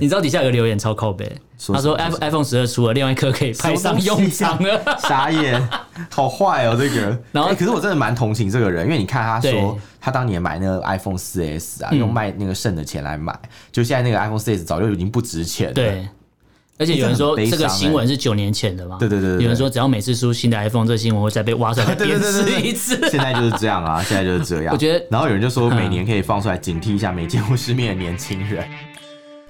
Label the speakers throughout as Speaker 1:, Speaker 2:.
Speaker 1: 你知道底下有个留言超靠背，
Speaker 2: 说
Speaker 1: 他说
Speaker 2: 什么
Speaker 1: iPhone iPhone 十二出了，另外一颗可以派上用场了。
Speaker 2: 傻眼，好坏哦，这个。
Speaker 1: 然后
Speaker 2: 欸可是我真的蛮同情这个人，因为你看他
Speaker 1: 对嗯
Speaker 2: 说他当年买那个 iPhone 4S 啊，用卖那个剩的钱来买，就现在那个 iPhone 4S 早就已经不值钱 了。，
Speaker 1: 对，而且有人说
Speaker 2: 欸这很悲
Speaker 1: 这个
Speaker 2: 伤
Speaker 1: 新闻是九年前的嘛？
Speaker 2: 对对对对对
Speaker 1: 有人说只要每次出新的 iPhone，这个新闻会再被挖出来
Speaker 2: 对对
Speaker 1: 鞭
Speaker 2: 对对
Speaker 1: 尸
Speaker 2: 对
Speaker 1: 一次。
Speaker 2: 现在就是这 样啊，现在就是这样。
Speaker 1: 我觉得
Speaker 2: 然后有人就说每年可以放出来警惕一下没见过世面的年轻人。
Speaker 1: 嗯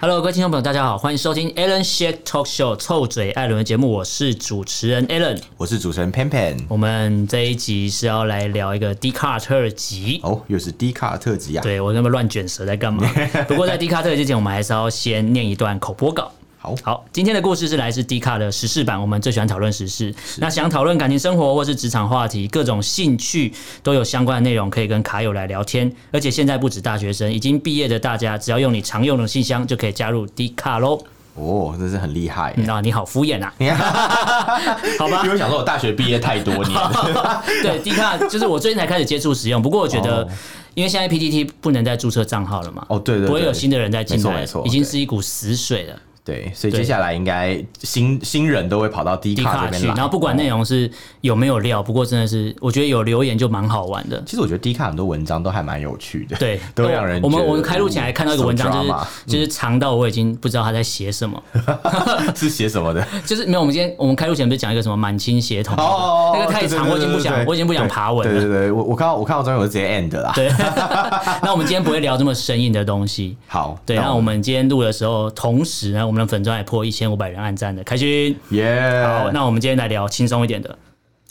Speaker 1: Hello，各位听众朋友，大家好，欢迎收听 Alan Shake Talk Show 臭嘴艾伦的节目，我是主持人 Alan。
Speaker 2: 我是主持人 Pan Pan，
Speaker 1: 我们这一集是要来聊一个 D 卡特辑。
Speaker 2: 哦，又是 D 卡特辑啊。
Speaker 1: 对我那么乱卷舌在 干嘛？不过在 D 卡特之前，我们还是要先念一段口播稿。
Speaker 2: 好，
Speaker 1: 好，今天的故事是来自 D 卡的时事版，我们最喜欢讨论时事。那想讨论感情生活或是职场话题，各种兴趣都有相关的内容可以跟卡友来聊天。而且现在不止大学生，已经毕业的大家，只要用你常用的信箱就可以加入 D 卡喽。
Speaker 2: 哦，真是很厉害。
Speaker 1: 嗯啊，你好敷衍啊！ 好吧
Speaker 2: 因为我想说，我大学毕业太多年了，
Speaker 1: 对 D 卡就是我最近才开始接触使用，不过我觉得
Speaker 2: 哦，
Speaker 1: 因为现在 PTT 不能再注册账号了嘛，
Speaker 2: 哦对对对
Speaker 1: 不会有新的人再进来
Speaker 2: 没错没错，
Speaker 1: 已经是一股死水了。
Speaker 2: 对，所以
Speaker 1: 对
Speaker 2: 接下来应该新新人都会跑到 D
Speaker 1: 迪
Speaker 2: 卡
Speaker 1: 卡
Speaker 2: 这
Speaker 1: 去，
Speaker 2: 边来。
Speaker 1: 然后不管内容是有没有料，不过真的是我觉得有留言就蛮好玩的。
Speaker 2: 其实我觉得 D 卡很多文章都还蛮有趣的，
Speaker 1: 对
Speaker 2: ，都让人
Speaker 1: 我们
Speaker 2: 觉得
Speaker 1: 我们开录前还看到一个文章，
Speaker 2: so
Speaker 1: 就是
Speaker 2: drama 嗯
Speaker 1: 就是长到我已经不知道他在写什么，
Speaker 2: 是写什么的？
Speaker 1: 就是没有。我们今天我们开录前不是讲一个什么满清血统，
Speaker 2: 哦，
Speaker 1: 那个太长，我已经不想我已经不想爬文
Speaker 2: 对对
Speaker 1: 了。
Speaker 2: 对对，我我看到我看到中文我就直接 end 啦。
Speaker 1: 对，那我们今天不会聊这么生硬的东西。
Speaker 2: 好，
Speaker 1: 对，那我们今天录的时候，同时呢，我们的粉砖也破一千五百人按赞的，开心。
Speaker 2: 耶，
Speaker 1: 好，那我们今天来聊轻松一点的。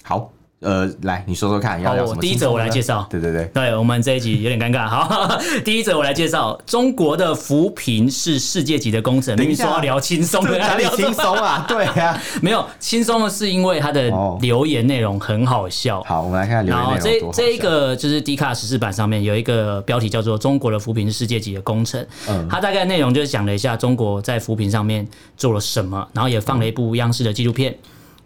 Speaker 2: 好，呃，来你说说看要聊什
Speaker 1: 好
Speaker 2: 么？
Speaker 1: 我第一则我来介绍
Speaker 2: 对对对，
Speaker 1: 对我们这一集有点尴尬。好， 第一则我来介绍，中国的扶贫是世界级的工程。
Speaker 2: 等
Speaker 1: 明明
Speaker 2: 一下
Speaker 1: 说要聊轻松的，
Speaker 2: 哪
Speaker 1: 来
Speaker 2: 里
Speaker 1: 聊
Speaker 2: 轻松啊？对啊，
Speaker 1: 没有轻松的是因为它的
Speaker 2: 哦
Speaker 1: 留言内容很好笑。
Speaker 2: 好，我们来看看哦留
Speaker 1: 然后
Speaker 2: 言内
Speaker 1: 这
Speaker 2: 容多好笑
Speaker 1: 这一个就是迪卡十四版上面有一个标题叫做“中国的扶贫是世界级的工程”，
Speaker 2: 嗯
Speaker 1: 它大概内容就是讲了一下中国在扶贫上面做了什么，然后也放了一部央视的纪录片，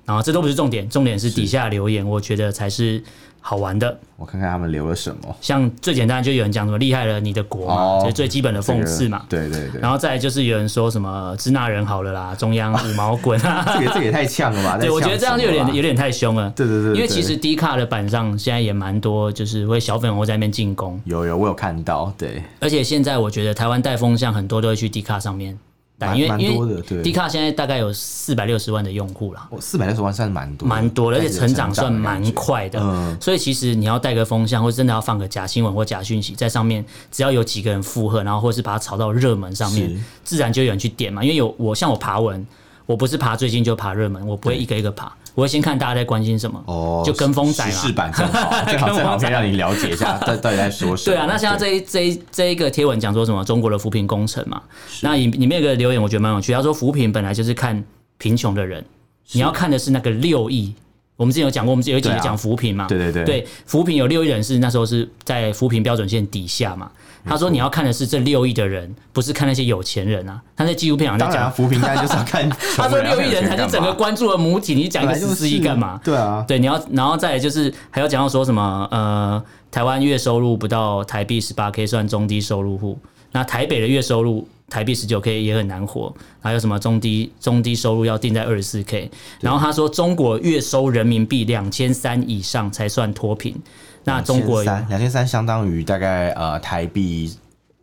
Speaker 1: 然后这都不是重点，重点是底下留言，我觉得才是好玩的。
Speaker 2: 我看看他们留了什么
Speaker 1: 像最简单就有人讲什么厉害了你的国嘛，
Speaker 2: 哦
Speaker 1: 就是最基本的讽刺嘛。
Speaker 2: 这个对对对，
Speaker 1: 然后再来就是有人说什么支那人好了啦，中央五毛滚啊。
Speaker 2: 这个这个也太呛了 吧？
Speaker 1: 对，我觉得这样就有点有
Speaker 2: 点
Speaker 1: 点太凶了。
Speaker 2: 啊对对对对
Speaker 1: 因为其实 D 卡的板上现在也蛮多，就是会小粉红在那边进攻，
Speaker 2: 有有我有看到，对，
Speaker 1: 而且现在我觉得台湾带风向很多都会去 D 卡上面带，
Speaker 2: 蛮
Speaker 1: 因为
Speaker 2: 蛮
Speaker 1: 因
Speaker 2: 多的
Speaker 1: 为
Speaker 2: 对
Speaker 1: D 卡现在大概有四百六十万的用户啦。
Speaker 2: 我四百六十万算蛮多，
Speaker 1: 蛮多的，而且
Speaker 2: 开始有
Speaker 1: 成长算
Speaker 2: 的感
Speaker 1: 蛮
Speaker 2: 觉
Speaker 1: 快的。
Speaker 2: 嗯
Speaker 1: 所以其实你要带个风向，或者真的要放个假新闻或假讯息在上面，只要有几个人附和，然后或是把它炒到热门上面
Speaker 2: 是，
Speaker 1: 自然就有人去点嘛。因为有我像我爬文，我不是爬最近就爬热门，我不会一个一个爬，我会先看大家在关心什么，
Speaker 2: 哦，
Speaker 1: 就跟风仔
Speaker 2: 时事
Speaker 1: 嘛。
Speaker 2: 版 正好，正好正好可以让你了解一下到到底在说什
Speaker 1: 对
Speaker 2: 么。
Speaker 1: 啊，那像这一这一这一个贴文讲说什么中国的扶贫工程嘛，那里里面有个留言我觉得蛮有趣，他说扶贫本来就是看贫穷的人，你要看的是那个六亿。我们之前有讲过，我们之前有一集
Speaker 2: 对啊
Speaker 1: 讲扶贫嘛，
Speaker 2: 对对对
Speaker 1: 对，扶贫有六亿人是那时候是在扶贫标准线底下嘛。他说你要看的是这六亿的人，不是看那些有钱人啊。他在纪录片好像
Speaker 2: 当
Speaker 1: 在
Speaker 2: 然啊
Speaker 1: 讲，
Speaker 2: 扶贫单就是要 看
Speaker 1: 他
Speaker 2: 穷
Speaker 1: 说
Speaker 2: 人要
Speaker 1: 六
Speaker 2: 看有钱
Speaker 1: 亿人
Speaker 2: 干嘛，
Speaker 1: 才是整个关注的母体，你讲一
Speaker 2: 本
Speaker 1: 个
Speaker 2: 来就
Speaker 1: 十
Speaker 2: 是
Speaker 1: 四亿干嘛？
Speaker 2: 对啊，
Speaker 1: 对，你要，然后再来就是还要讲到说什么呃，台湾月收入不到台币十八 K 算中低收入户，那台北的月收入台币十九 K 也很难活，还有什么中低中低收入要定在二十四 K，然后他说中国月收人民币两千三以上才算脱贫，那中国
Speaker 2: 三两千三相当于大概呃台币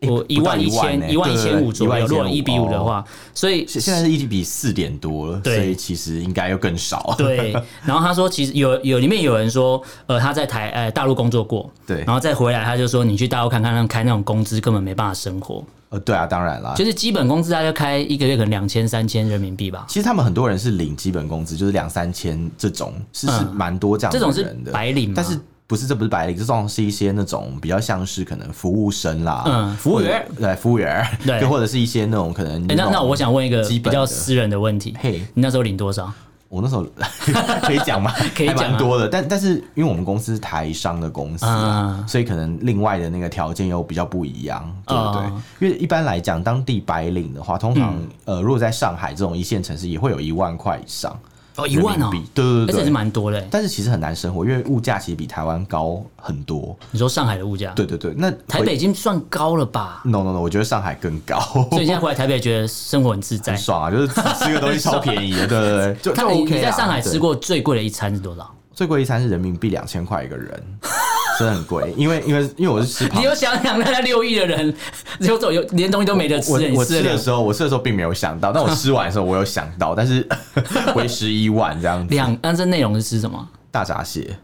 Speaker 2: 哎
Speaker 1: 我一
Speaker 2: 不到
Speaker 1: 万一
Speaker 2: 1000
Speaker 1: 千一万一千五左右，如果一比五的，话，所以
Speaker 2: 对对对11,500哦现现在是一比四点多了，所
Speaker 1: 对
Speaker 2: 以其实应该又更少。
Speaker 1: 对，然后他说，其实有有里面有人说，呃，他在台呃大陆工作过，
Speaker 2: 对
Speaker 1: 然后再回来，他就说你去大陆看看，他们开那种工资根本没办法生活，
Speaker 2: 呃，对啊，当然啦。
Speaker 1: 就是基本工资大概开一个月可能两千三千人民币吧，
Speaker 2: 其实他们很多人是领基本工资，就是两三千这种，是是
Speaker 1: 嗯
Speaker 2: 蛮多这样
Speaker 1: 这种
Speaker 2: 的
Speaker 1: 是
Speaker 2: 人的。
Speaker 1: 白领嘛，
Speaker 2: 但是不是这不是白领，这种是一些那种比较像是可能服务生啦，
Speaker 1: 嗯服务员
Speaker 2: 或者对服务员，
Speaker 1: 对
Speaker 2: 又或者是一些那种可能
Speaker 1: 哎、
Speaker 2: 那
Speaker 1: 那
Speaker 2: 种
Speaker 1: 那我想问一个
Speaker 2: 基
Speaker 1: 比
Speaker 2: 本
Speaker 1: 较
Speaker 2: 的
Speaker 1: 私人的问题，
Speaker 2: 嘿
Speaker 1: 你那时候领多少？
Speaker 2: 我那时候 可以讲吗？
Speaker 1: 可以讲啊
Speaker 2: 还蛮多的。但但是因为我们公司是台商的公司、啊，
Speaker 1: 嗯
Speaker 2: 所以可能另外的那个条件又比较不一样，对不对？
Speaker 1: 嗯
Speaker 2: 因为一般来讲，当地白领的话，通常、呃，如果在上海这种一线城市，也会有一万块以上
Speaker 1: 哦，一万哦
Speaker 2: 人，民币对对
Speaker 1: 而且
Speaker 2: 对
Speaker 1: 是
Speaker 2: 对。
Speaker 1: 蛮多的欸。
Speaker 2: 但是其实很难生活，因为物价其实比台湾高很多。
Speaker 1: 你说上海的物价，
Speaker 2: 对对对，那
Speaker 1: 台北已经算高了吧？
Speaker 2: ，no no no，我觉得上海更高。
Speaker 1: 所以你现在回来台北，觉得生活很自在
Speaker 2: 很。爽啊，就是吃个东西超便 宜的，对对对，就就
Speaker 1: 看你
Speaker 2: OK
Speaker 1: 你在
Speaker 2: 啦
Speaker 1: 上海
Speaker 2: 对
Speaker 1: 吃过最贵的一餐是多少？
Speaker 2: 最贵一餐是人民币两千块一个人， 真的很贵。因为因为因为我是吃
Speaker 1: 你
Speaker 2: 螃
Speaker 1: 有想想，那六亿的人，有走有连东西都没得吃，
Speaker 2: 我
Speaker 1: 你
Speaker 2: 我
Speaker 1: 吃
Speaker 2: 吃
Speaker 1: 了
Speaker 2: 的
Speaker 1: 两
Speaker 2: 时候，我吃的时候并没有想 到，但我吃完的时候我有想到，但是 为十一万这样子，
Speaker 1: 两，那这内容是吃什么？
Speaker 2: 大闸蟹，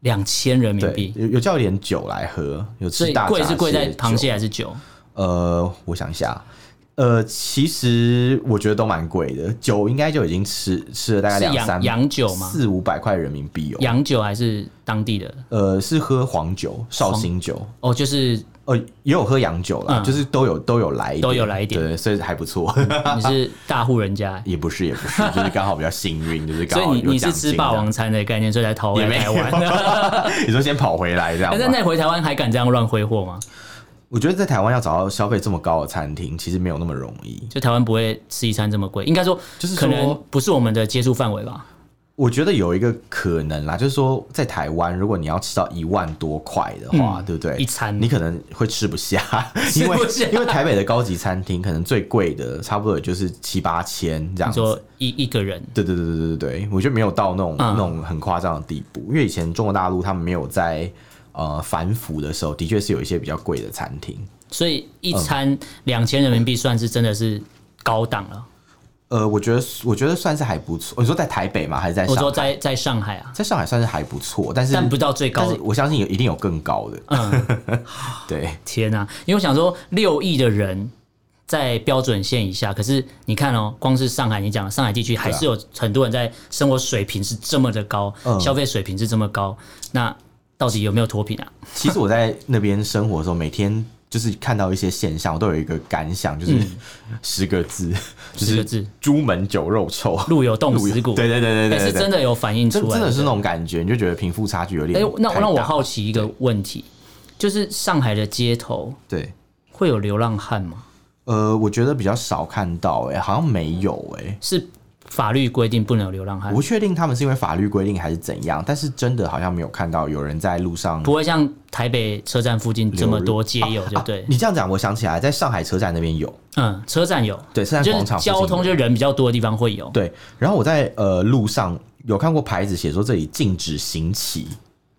Speaker 1: 两千人民
Speaker 2: 对，
Speaker 1: 币，
Speaker 2: 有有叫一点酒来喝，有
Speaker 1: 所
Speaker 2: 吃
Speaker 1: 以
Speaker 2: 大闸
Speaker 1: 贵
Speaker 2: 蟹，
Speaker 1: 是贵在
Speaker 2: 酒
Speaker 1: 螃蟹还是酒？
Speaker 2: 呃，我想一下，呃，其实我觉得都蛮贵的，酒应该就已经吃吃了大概
Speaker 1: 是
Speaker 2: 两
Speaker 1: 洋
Speaker 2: 三
Speaker 1: 洋酒吗
Speaker 2: 四五百块人民币哦。
Speaker 1: 洋酒还是当地的？
Speaker 2: 呃，是喝黄酒、绍兴酒，
Speaker 1: 哦， 就是
Speaker 2: 呃，也有喝洋酒啦，
Speaker 1: 嗯
Speaker 2: 就是都有都有来一点，
Speaker 1: 都有来一点
Speaker 2: 对，所以还 不错。
Speaker 1: 你是大户人家欸、
Speaker 2: 也不是也不是，就是刚好比较幸 运，就是刚
Speaker 1: 所
Speaker 2: 好
Speaker 1: 以你
Speaker 2: 有
Speaker 1: 你
Speaker 2: 奖
Speaker 1: 是
Speaker 2: 金
Speaker 1: 吃
Speaker 2: 这样
Speaker 1: 霸王餐的概念，所以才逃回
Speaker 2: 也没
Speaker 1: 来台湾。
Speaker 2: 有， 你说先跑回来这样
Speaker 1: 但是
Speaker 2: 吗？
Speaker 1: 那回台湾还敢这样乱挥霍吗？
Speaker 2: 我觉得在台湾要找到消费这么高的餐厅，其实没有那么容易。
Speaker 1: 就台湾不会吃一餐这么贵，应该说
Speaker 2: 就是说
Speaker 1: 可能不是我们的接触范围吧。
Speaker 2: 我觉得有一个可能啦，就是说在台湾，如果你要吃到一万多块的话，
Speaker 1: 嗯
Speaker 2: 对不对？
Speaker 1: 一餐
Speaker 2: 你可能会吃不下，
Speaker 1: 吃
Speaker 2: 因为
Speaker 1: 不下
Speaker 2: 因为台北的高级餐厅可能最贵的差不多也就是七八千这样
Speaker 1: 你
Speaker 2: 子。
Speaker 1: 说一一个人，
Speaker 2: 对对对对对对，我觉得没有到那种、
Speaker 1: 嗯
Speaker 2: 那种很夸张的地步，因为以前中国大陆他们没有在呃反腐的时候，的确是有一些比较贵的餐厅。
Speaker 1: 所以一
Speaker 2: 嗯
Speaker 1: 餐两千人民币算是真的是高档了。
Speaker 2: 呃，我觉得我觉得算是还不错。你说在台北吗？还是在
Speaker 1: 我
Speaker 2: 上
Speaker 1: 说
Speaker 2: 海？
Speaker 1: 在在上海啊，
Speaker 2: 在上海算是还不错，但是
Speaker 1: 但不到最高嗯
Speaker 2: 但是我相信有一定有更高的。 对，
Speaker 1: 天啊！因为我想说六亿的人。在标准线以下，可是你看哦，光是上海，你讲的上海地区还是有很多人在生活水平是这么的高，
Speaker 2: 啊嗯
Speaker 1: 消费水平是这么高，那到底有没有脱贫啊？
Speaker 2: 其实我在那边生活的时候，每天就是看到一些现象，我都有一个感想，就是十个字，就
Speaker 1: 嗯十个
Speaker 2: 是
Speaker 1: 字
Speaker 2: 猪门酒肉臭，
Speaker 1: 路有冻死骨，
Speaker 2: 对对对对对
Speaker 1: 但
Speaker 2: 对
Speaker 1: 是
Speaker 2: 对
Speaker 1: 真的有反映
Speaker 2: 真
Speaker 1: 出来，
Speaker 2: 真的是那种感觉，你就觉得贫富差距有点
Speaker 1: 哎、那
Speaker 2: 太
Speaker 1: 那我
Speaker 2: 大
Speaker 1: 好奇一个问题，就是上海的街头
Speaker 2: 对，
Speaker 1: 会有流浪汉吗？
Speaker 2: 呃，我觉得比较少看到、哎，好像没有、哎，
Speaker 1: 是法律规定不能有流浪
Speaker 2: 我
Speaker 1: 汉，
Speaker 2: 不确定他们是因为法律规定还是怎样，但是真的好像没有看到有人在路上。
Speaker 1: 不会像台北车站附近这么多街
Speaker 2: 啊
Speaker 1: 友，对不对？
Speaker 2: 你这样讲，我想起来，在上海车站那边有，
Speaker 1: 嗯，车站有，
Speaker 2: 对，车站
Speaker 1: 就
Speaker 2: 广
Speaker 1: 是
Speaker 2: 场附近
Speaker 1: 交通
Speaker 2: 有
Speaker 1: 就人比较多的地方会有，
Speaker 2: 对。然后我在呃路上有看过牌子写说这里禁止行乞，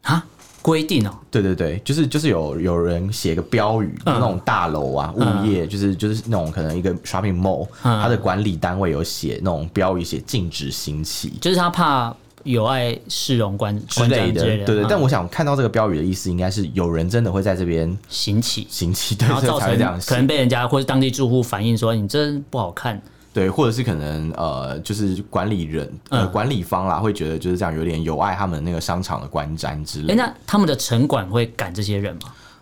Speaker 1: 啊，规定哦、
Speaker 2: 对对对，就是就是有有人写个标语，
Speaker 1: 嗯
Speaker 2: 那种大楼啊、物业，就是就是那种可能一个 shopping mall，、
Speaker 1: 嗯
Speaker 2: 它的管理单位有写那种标语写禁止行乞
Speaker 1: 就是他怕有碍市容观
Speaker 2: 之类的，
Speaker 1: 之类
Speaker 2: 对对。
Speaker 1: 嗯
Speaker 2: 但我想看到这个标语的意思，应该是有人真的会在这边
Speaker 1: 行乞。
Speaker 2: 行乞，对
Speaker 1: 然后，
Speaker 2: 所
Speaker 1: 造
Speaker 2: 以才会这
Speaker 1: 成
Speaker 2: 样
Speaker 1: 可
Speaker 2: 写
Speaker 1: 能，被人家或是当地住户反映说你这不好看，
Speaker 2: 对，或者是可能呃，就是管理人呃、
Speaker 1: 嗯
Speaker 2: 管理方啦，会觉得就是这样有点有碍他们那个商场的观瞻之
Speaker 1: 哎、
Speaker 2: 类的。
Speaker 1: 那他们的城管会赶这些人吗？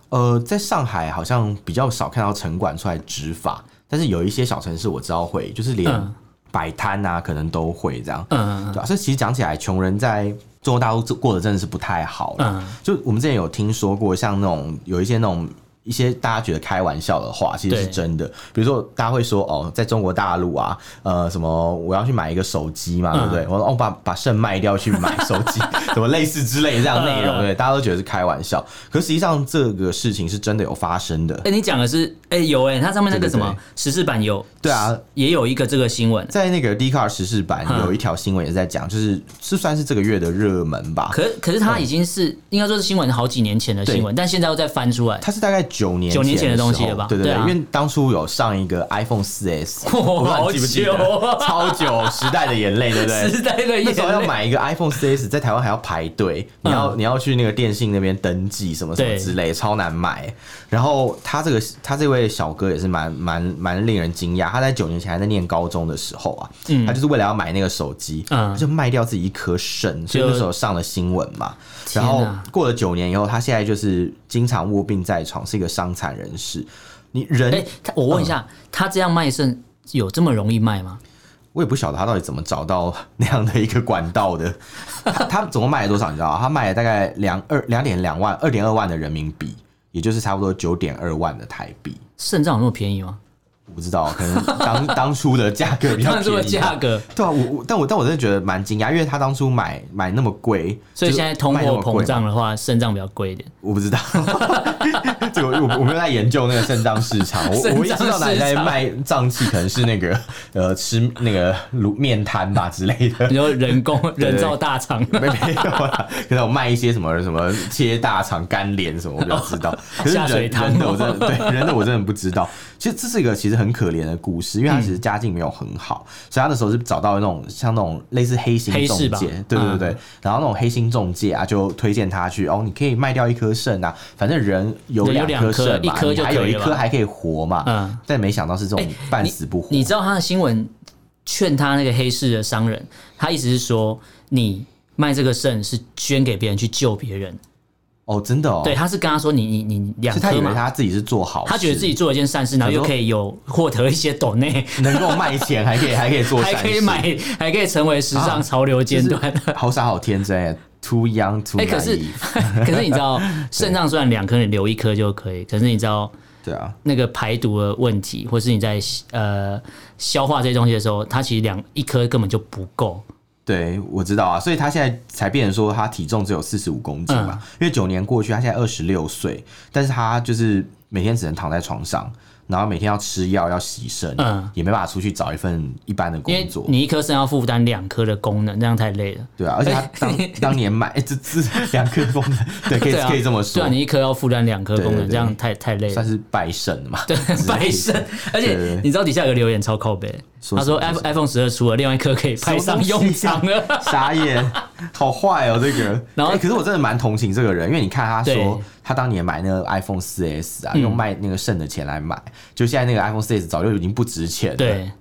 Speaker 2: 呃，在上海好像比较少看到城管出来执法，但是有一些小城市我知道会，就是连
Speaker 1: 嗯
Speaker 2: 摆摊啊，可能都会这样。
Speaker 1: 嗯
Speaker 2: 对啊，所以其实讲起来，穷人在中国大陆过得真的是不太好了。
Speaker 1: 嗯
Speaker 2: 就我们之前有听说过，像那种有一些那种。一些大家觉得开玩笑的话，其实是
Speaker 1: 对
Speaker 2: 真的。比如说，大家会说哦，在中国大陆啊，呃，什么我要去买一个手机嘛，对不
Speaker 1: 嗯
Speaker 2: 对？我说哦，把把肾卖掉去买手机， 什么类似之类的这样的内容，
Speaker 1: 嗯嗯
Speaker 2: 对，大家都觉得是开玩笑。可实际上，这个事情是真的有发生的。
Speaker 1: 哎、你讲的是哎、有哎、它上面那个什
Speaker 2: 对
Speaker 1: 么
Speaker 2: 对
Speaker 1: 十四版有，
Speaker 2: 对啊，
Speaker 1: 也有一个这个新闻。
Speaker 2: 在那个 d c a r 时事版
Speaker 1: 嗯
Speaker 2: 有一条新闻也在讲，就是是算是这个月的热门吧。嗯
Speaker 1: 可可是它已经是、应该说是新闻好几年前的新闻，但现在又再翻出来。
Speaker 2: 它是大概九年
Speaker 1: 九年前的东西
Speaker 2: 时候
Speaker 1: 了吧
Speaker 2: 对
Speaker 1: 对
Speaker 2: 对，
Speaker 1: 啊
Speaker 2: 因为当初有上一个 iPhone 四 S，
Speaker 1: 哇
Speaker 2: 我不知道你记不记得
Speaker 1: 好久啊
Speaker 2: 超久，时代的眼泪，对不 对？
Speaker 1: 时代的
Speaker 2: 那
Speaker 1: 眼
Speaker 2: 时候要
Speaker 1: 泪。
Speaker 2: 买一个 iPhone 4S，在台湾还要排队，你要、你要去那个电信那边登记什么什么
Speaker 1: 嗯对
Speaker 2: 之类，超难买。然后他这个他这位小哥也是蛮蛮蛮令人惊讶，他在九年前还在念高中的时候啊，他就是为了要买那个手机，
Speaker 1: 嗯
Speaker 2: 他就卖掉自己一颗肾，所以
Speaker 1: 就
Speaker 2: 那时候上了新闻嘛。
Speaker 1: 天哪
Speaker 2: 然后过了九年以后，他现在就是经常卧病在床，是一个伤残人士。你人、
Speaker 1: 哎、他我问一下，
Speaker 2: 嗯
Speaker 1: 他这样卖肾有这么容易卖吗？
Speaker 2: 我也不晓得他到底怎么找到那样的一个管道的。 他他总共卖了多少？你知道吗？他卖了大概两二两点两万二点二万的人民币，也就是差不多九点二万的台币。
Speaker 1: 肾脏有那么便宜吗？
Speaker 2: 我不知道，可能 当当初的价格比较
Speaker 1: 看这
Speaker 2: 便
Speaker 1: 个
Speaker 2: 宜吧。
Speaker 1: 价格，
Speaker 2: 对啊，我我但我但我真的觉得蛮惊讶，因为他当初买买那么贵，
Speaker 1: 所以现在通货
Speaker 2: 就是卖那么
Speaker 1: 膨
Speaker 2: 贵
Speaker 1: 胀的话，肾脏比较贵一点。
Speaker 2: 我不知道， 这个我我没有在研究那个肾脏市场，我
Speaker 1: 肾脏
Speaker 2: 我一知道哪里
Speaker 1: 市
Speaker 2: 在
Speaker 1: 场
Speaker 2: 卖脏器，可能是那个呃吃那个卤面摊吧之类的
Speaker 1: 你。说人工
Speaker 2: 对
Speaker 1: 人造大肠，
Speaker 2: 没没有啦，可能我卖一些什么什么切大肠、干莲什么，我比较知道。可是
Speaker 1: 哦下水
Speaker 2: 人
Speaker 1: 汤
Speaker 2: 人的我真的对人的我真的不知道。其实这是一个其实很可怜的故事，因为他其实家境没有很好，所以他那时候是找到那种像那种类似黑心
Speaker 1: 嗯黑
Speaker 2: 中
Speaker 1: 市吧嗯
Speaker 2: 介，对对对对。然后那种黑心中介啊，就推荐他去哦，你可以卖掉一颗肾啊，反正人有
Speaker 1: 人有
Speaker 2: 两颗
Speaker 1: 两颗
Speaker 2: 肾嘛，
Speaker 1: 一颗
Speaker 2: 你
Speaker 1: 就
Speaker 2: 还
Speaker 1: 可
Speaker 2: 有
Speaker 1: 以
Speaker 2: 一
Speaker 1: 了
Speaker 2: 颗
Speaker 1: 吧
Speaker 2: 还可以活嘛。
Speaker 1: 嗯
Speaker 2: 但没想到是这种
Speaker 1: 哎
Speaker 2: 半死不活。
Speaker 1: 你知道他的新闻劝他那个黑市的商人，他意思是说，你卖这个肾是捐给别人去救别人。
Speaker 2: 哦，真的哦，
Speaker 1: 对，，他是跟他说你，你你两
Speaker 2: 是他以
Speaker 1: 颗
Speaker 2: 为
Speaker 1: 嘛，
Speaker 2: 他自己是做好事，
Speaker 1: 他觉得自己做了一件善事，然后又
Speaker 2: 想说
Speaker 1: 可以有获得一些抖内，
Speaker 2: 能够卖钱，还可以还可以做善
Speaker 1: 还
Speaker 2: 事，
Speaker 1: 可以买， 还可以成为时
Speaker 2: 啊
Speaker 1: 尚潮流尖端。
Speaker 2: 就是好傻好天真哎，too young too
Speaker 1: 哎、可是
Speaker 2: naive，
Speaker 1: 可是你知 道，肾脏虽然两颗，你留一颗就可以，可是你知道
Speaker 2: 对啊，
Speaker 1: 那个排毒的问题，或是你在呃消化这些东西的时候，它其实两一颗根本就不够。
Speaker 2: 对我知道啊，所以他现在才变成说他体重只有四十五公斤
Speaker 1: 嗯
Speaker 2: 嘛，因为九年过去，他现在二十六岁，但是他就是每天只能躺在床上。然后每天要吃药，要洗肾，
Speaker 1: 嗯
Speaker 2: 也没办法出去找一份一般的
Speaker 1: 因
Speaker 2: 工
Speaker 1: 为
Speaker 2: 作，
Speaker 1: 你一颗肾要负担两颗的功能，那样太累了。
Speaker 2: 对啊，而且他当当年买哎 这这两颗功能，对，可以
Speaker 1: 对啊，
Speaker 2: 可以这么说，
Speaker 1: 对啊，你一颗要负担两颗功
Speaker 2: 对对
Speaker 1: 能，
Speaker 2: 对
Speaker 1: 这样太太累了
Speaker 2: 算。是拜肾了嘛？
Speaker 1: 啊
Speaker 2: 对，
Speaker 1: 拜肾，而
Speaker 2: 对对
Speaker 1: 且
Speaker 2: 对
Speaker 1: 你知道底下有个留言超靠背，
Speaker 2: 说
Speaker 1: 他
Speaker 2: 什么
Speaker 1: 说 i iPhone 十二出了，另外一颗可以派上用场啊了。
Speaker 2: 啊傻眼，好坏哦，这个。
Speaker 1: 然后
Speaker 2: 欸可是我真的蛮同情这个人，因为你看他
Speaker 1: 对嗯
Speaker 2: 说他当年买那个 iPhone 四 S 啊，用卖那个剩的钱来买，就现在那个 iPhone 四 S 早就已经不值钱了。
Speaker 1: 对，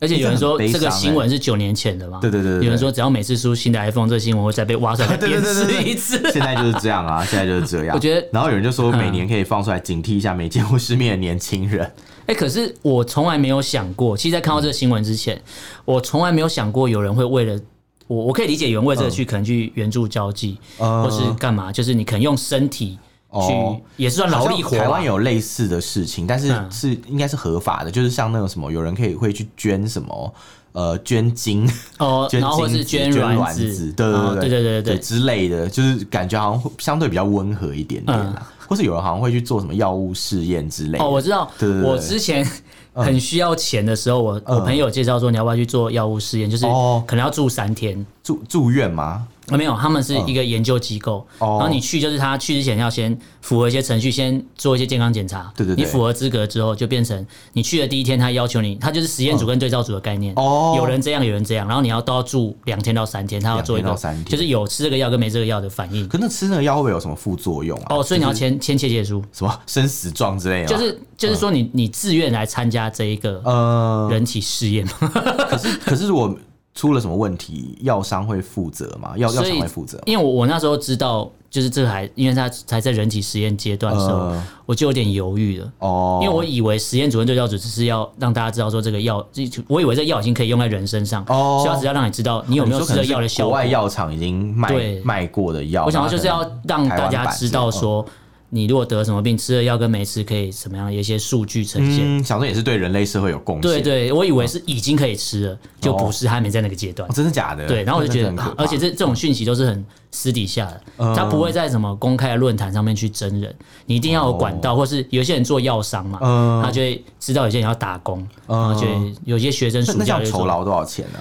Speaker 1: 而且有人说
Speaker 2: 这很悲
Speaker 1: 这个
Speaker 2: 伤欸
Speaker 1: 新闻是九年前的嘛？
Speaker 2: 对对对对对
Speaker 1: 有人说只要每次出新的 iPhone，这个新闻会再被挖出来
Speaker 2: 对对
Speaker 1: 鞭
Speaker 2: 对对
Speaker 1: 尸
Speaker 2: 对
Speaker 1: 一 次。
Speaker 2: 现在就是这样啊，现在就是这样。
Speaker 1: 我觉得嗯
Speaker 2: 然后有人就说每年可以放出来警惕一下没见过世面的年轻人。
Speaker 1: 哎、可是我从来没有想过，其实，在看到这个新闻之前，我从来没有想过有人会为了我，我可以理解有人为这个去、可能去援助交际，
Speaker 2: 嗯
Speaker 1: 或是干嘛，就是你可能用身体去，
Speaker 2: 哦
Speaker 1: 也是算 劳力活
Speaker 2: 好像台湾
Speaker 1: 吧。
Speaker 2: 有类似的事情，但是
Speaker 1: 嗯
Speaker 2: 是应该是合法的，就是像那种什么有人可以会去捐什么。呃，捐精，
Speaker 1: 哦，
Speaker 2: 捐
Speaker 1: 然后或
Speaker 2: 精
Speaker 1: 是
Speaker 2: 子
Speaker 1: 捐
Speaker 2: 卵
Speaker 1: 子，
Speaker 2: 对对
Speaker 1: 哦
Speaker 2: 对
Speaker 1: 对对
Speaker 2: 对
Speaker 1: 对
Speaker 2: 之类的，就是感觉好像会相对比较温和一点点啦，或是有人好像会去做什么药物试验之类的。
Speaker 1: 嗯哦，我知道，
Speaker 2: 对对对
Speaker 1: 我之前很需要钱的时候，我、我
Speaker 2: 嗯
Speaker 1: 朋友介绍说你要不要去做药物试验，就是
Speaker 2: 哦
Speaker 1: 可能要住三天。
Speaker 2: 住住院吗？
Speaker 1: 啊，没有，他们是一个研究机构，
Speaker 2: 嗯哦
Speaker 1: 然后你去就是他去之前要先符合一些程序，先做一些健康检查，
Speaker 2: 对对
Speaker 1: 你
Speaker 2: 对
Speaker 1: 符合资格之后就变成你去的第一天，他要求你，他就是实验组跟对照组的概念，
Speaker 2: 哦
Speaker 1: 有人这样，有人这样，然后你要都要住两天到三天，他要做一个
Speaker 2: 两天到三天
Speaker 1: 就是有吃这个药跟没这个药的反应，
Speaker 2: 可那吃那个药会不会有什么副作用啊？
Speaker 1: 哦，所以你要
Speaker 2: 就是啊
Speaker 1: 签签切结书，
Speaker 2: 什么 生死状之类的吗？
Speaker 1: 就是就是说
Speaker 2: 嗯
Speaker 1: 你你自愿来参加这一个
Speaker 2: 呃，
Speaker 1: 人体试验嘛，
Speaker 2: 可是可是如果出了什么问题，药商会负责吗？药药
Speaker 1: 所以
Speaker 2: 厂会负责吗？
Speaker 1: 因为我我那时候知道，就是这个还因为他才在人体实验阶段的时候，
Speaker 2: 嗯
Speaker 1: 我就有点犹豫了。
Speaker 2: 哦，
Speaker 1: 因为我以为实验组跟对照组只是要让大家知道说这个药，我以为这药已经可以用在人身上，
Speaker 2: 哦
Speaker 1: 所以它只要让你知道你有没有
Speaker 2: 你说
Speaker 1: 吃这
Speaker 2: 可能
Speaker 1: 个药的
Speaker 2: 是
Speaker 1: 效
Speaker 2: 国
Speaker 1: 果
Speaker 2: 外。药厂已经卖
Speaker 1: 对
Speaker 2: 卖过的药，
Speaker 1: 我想要
Speaker 2: 然后
Speaker 1: 就是要让大家知道
Speaker 2: 哦
Speaker 1: 说，你如果得什么病，吃了药跟没吃可以怎么样，有一些数据呈
Speaker 2: 可能，
Speaker 1: 现。
Speaker 2: 嗯，想说也是对人类社会有贡献。
Speaker 1: 对对，我以为是已经可以吃了，就不是还没在那个阶段
Speaker 2: 哦，。真的假的？
Speaker 1: 对，然后我就觉
Speaker 2: 那真
Speaker 1: 得，
Speaker 2: 的很
Speaker 1: 啊
Speaker 2: 可怕嗯
Speaker 1: 而且这这种讯息都是很私底下的，他不会在什么公开的论坛上面去真人，你一定要有管道，或是有些人做药商嘛，
Speaker 2: 哦嗯
Speaker 1: 他就会知道有些人要打工，
Speaker 2: 嗯
Speaker 1: 然后就会有些学生暑
Speaker 2: 那那这
Speaker 1: 假
Speaker 2: 样
Speaker 1: 就
Speaker 2: 酬
Speaker 1: 做，
Speaker 2: 劳多少钱呢、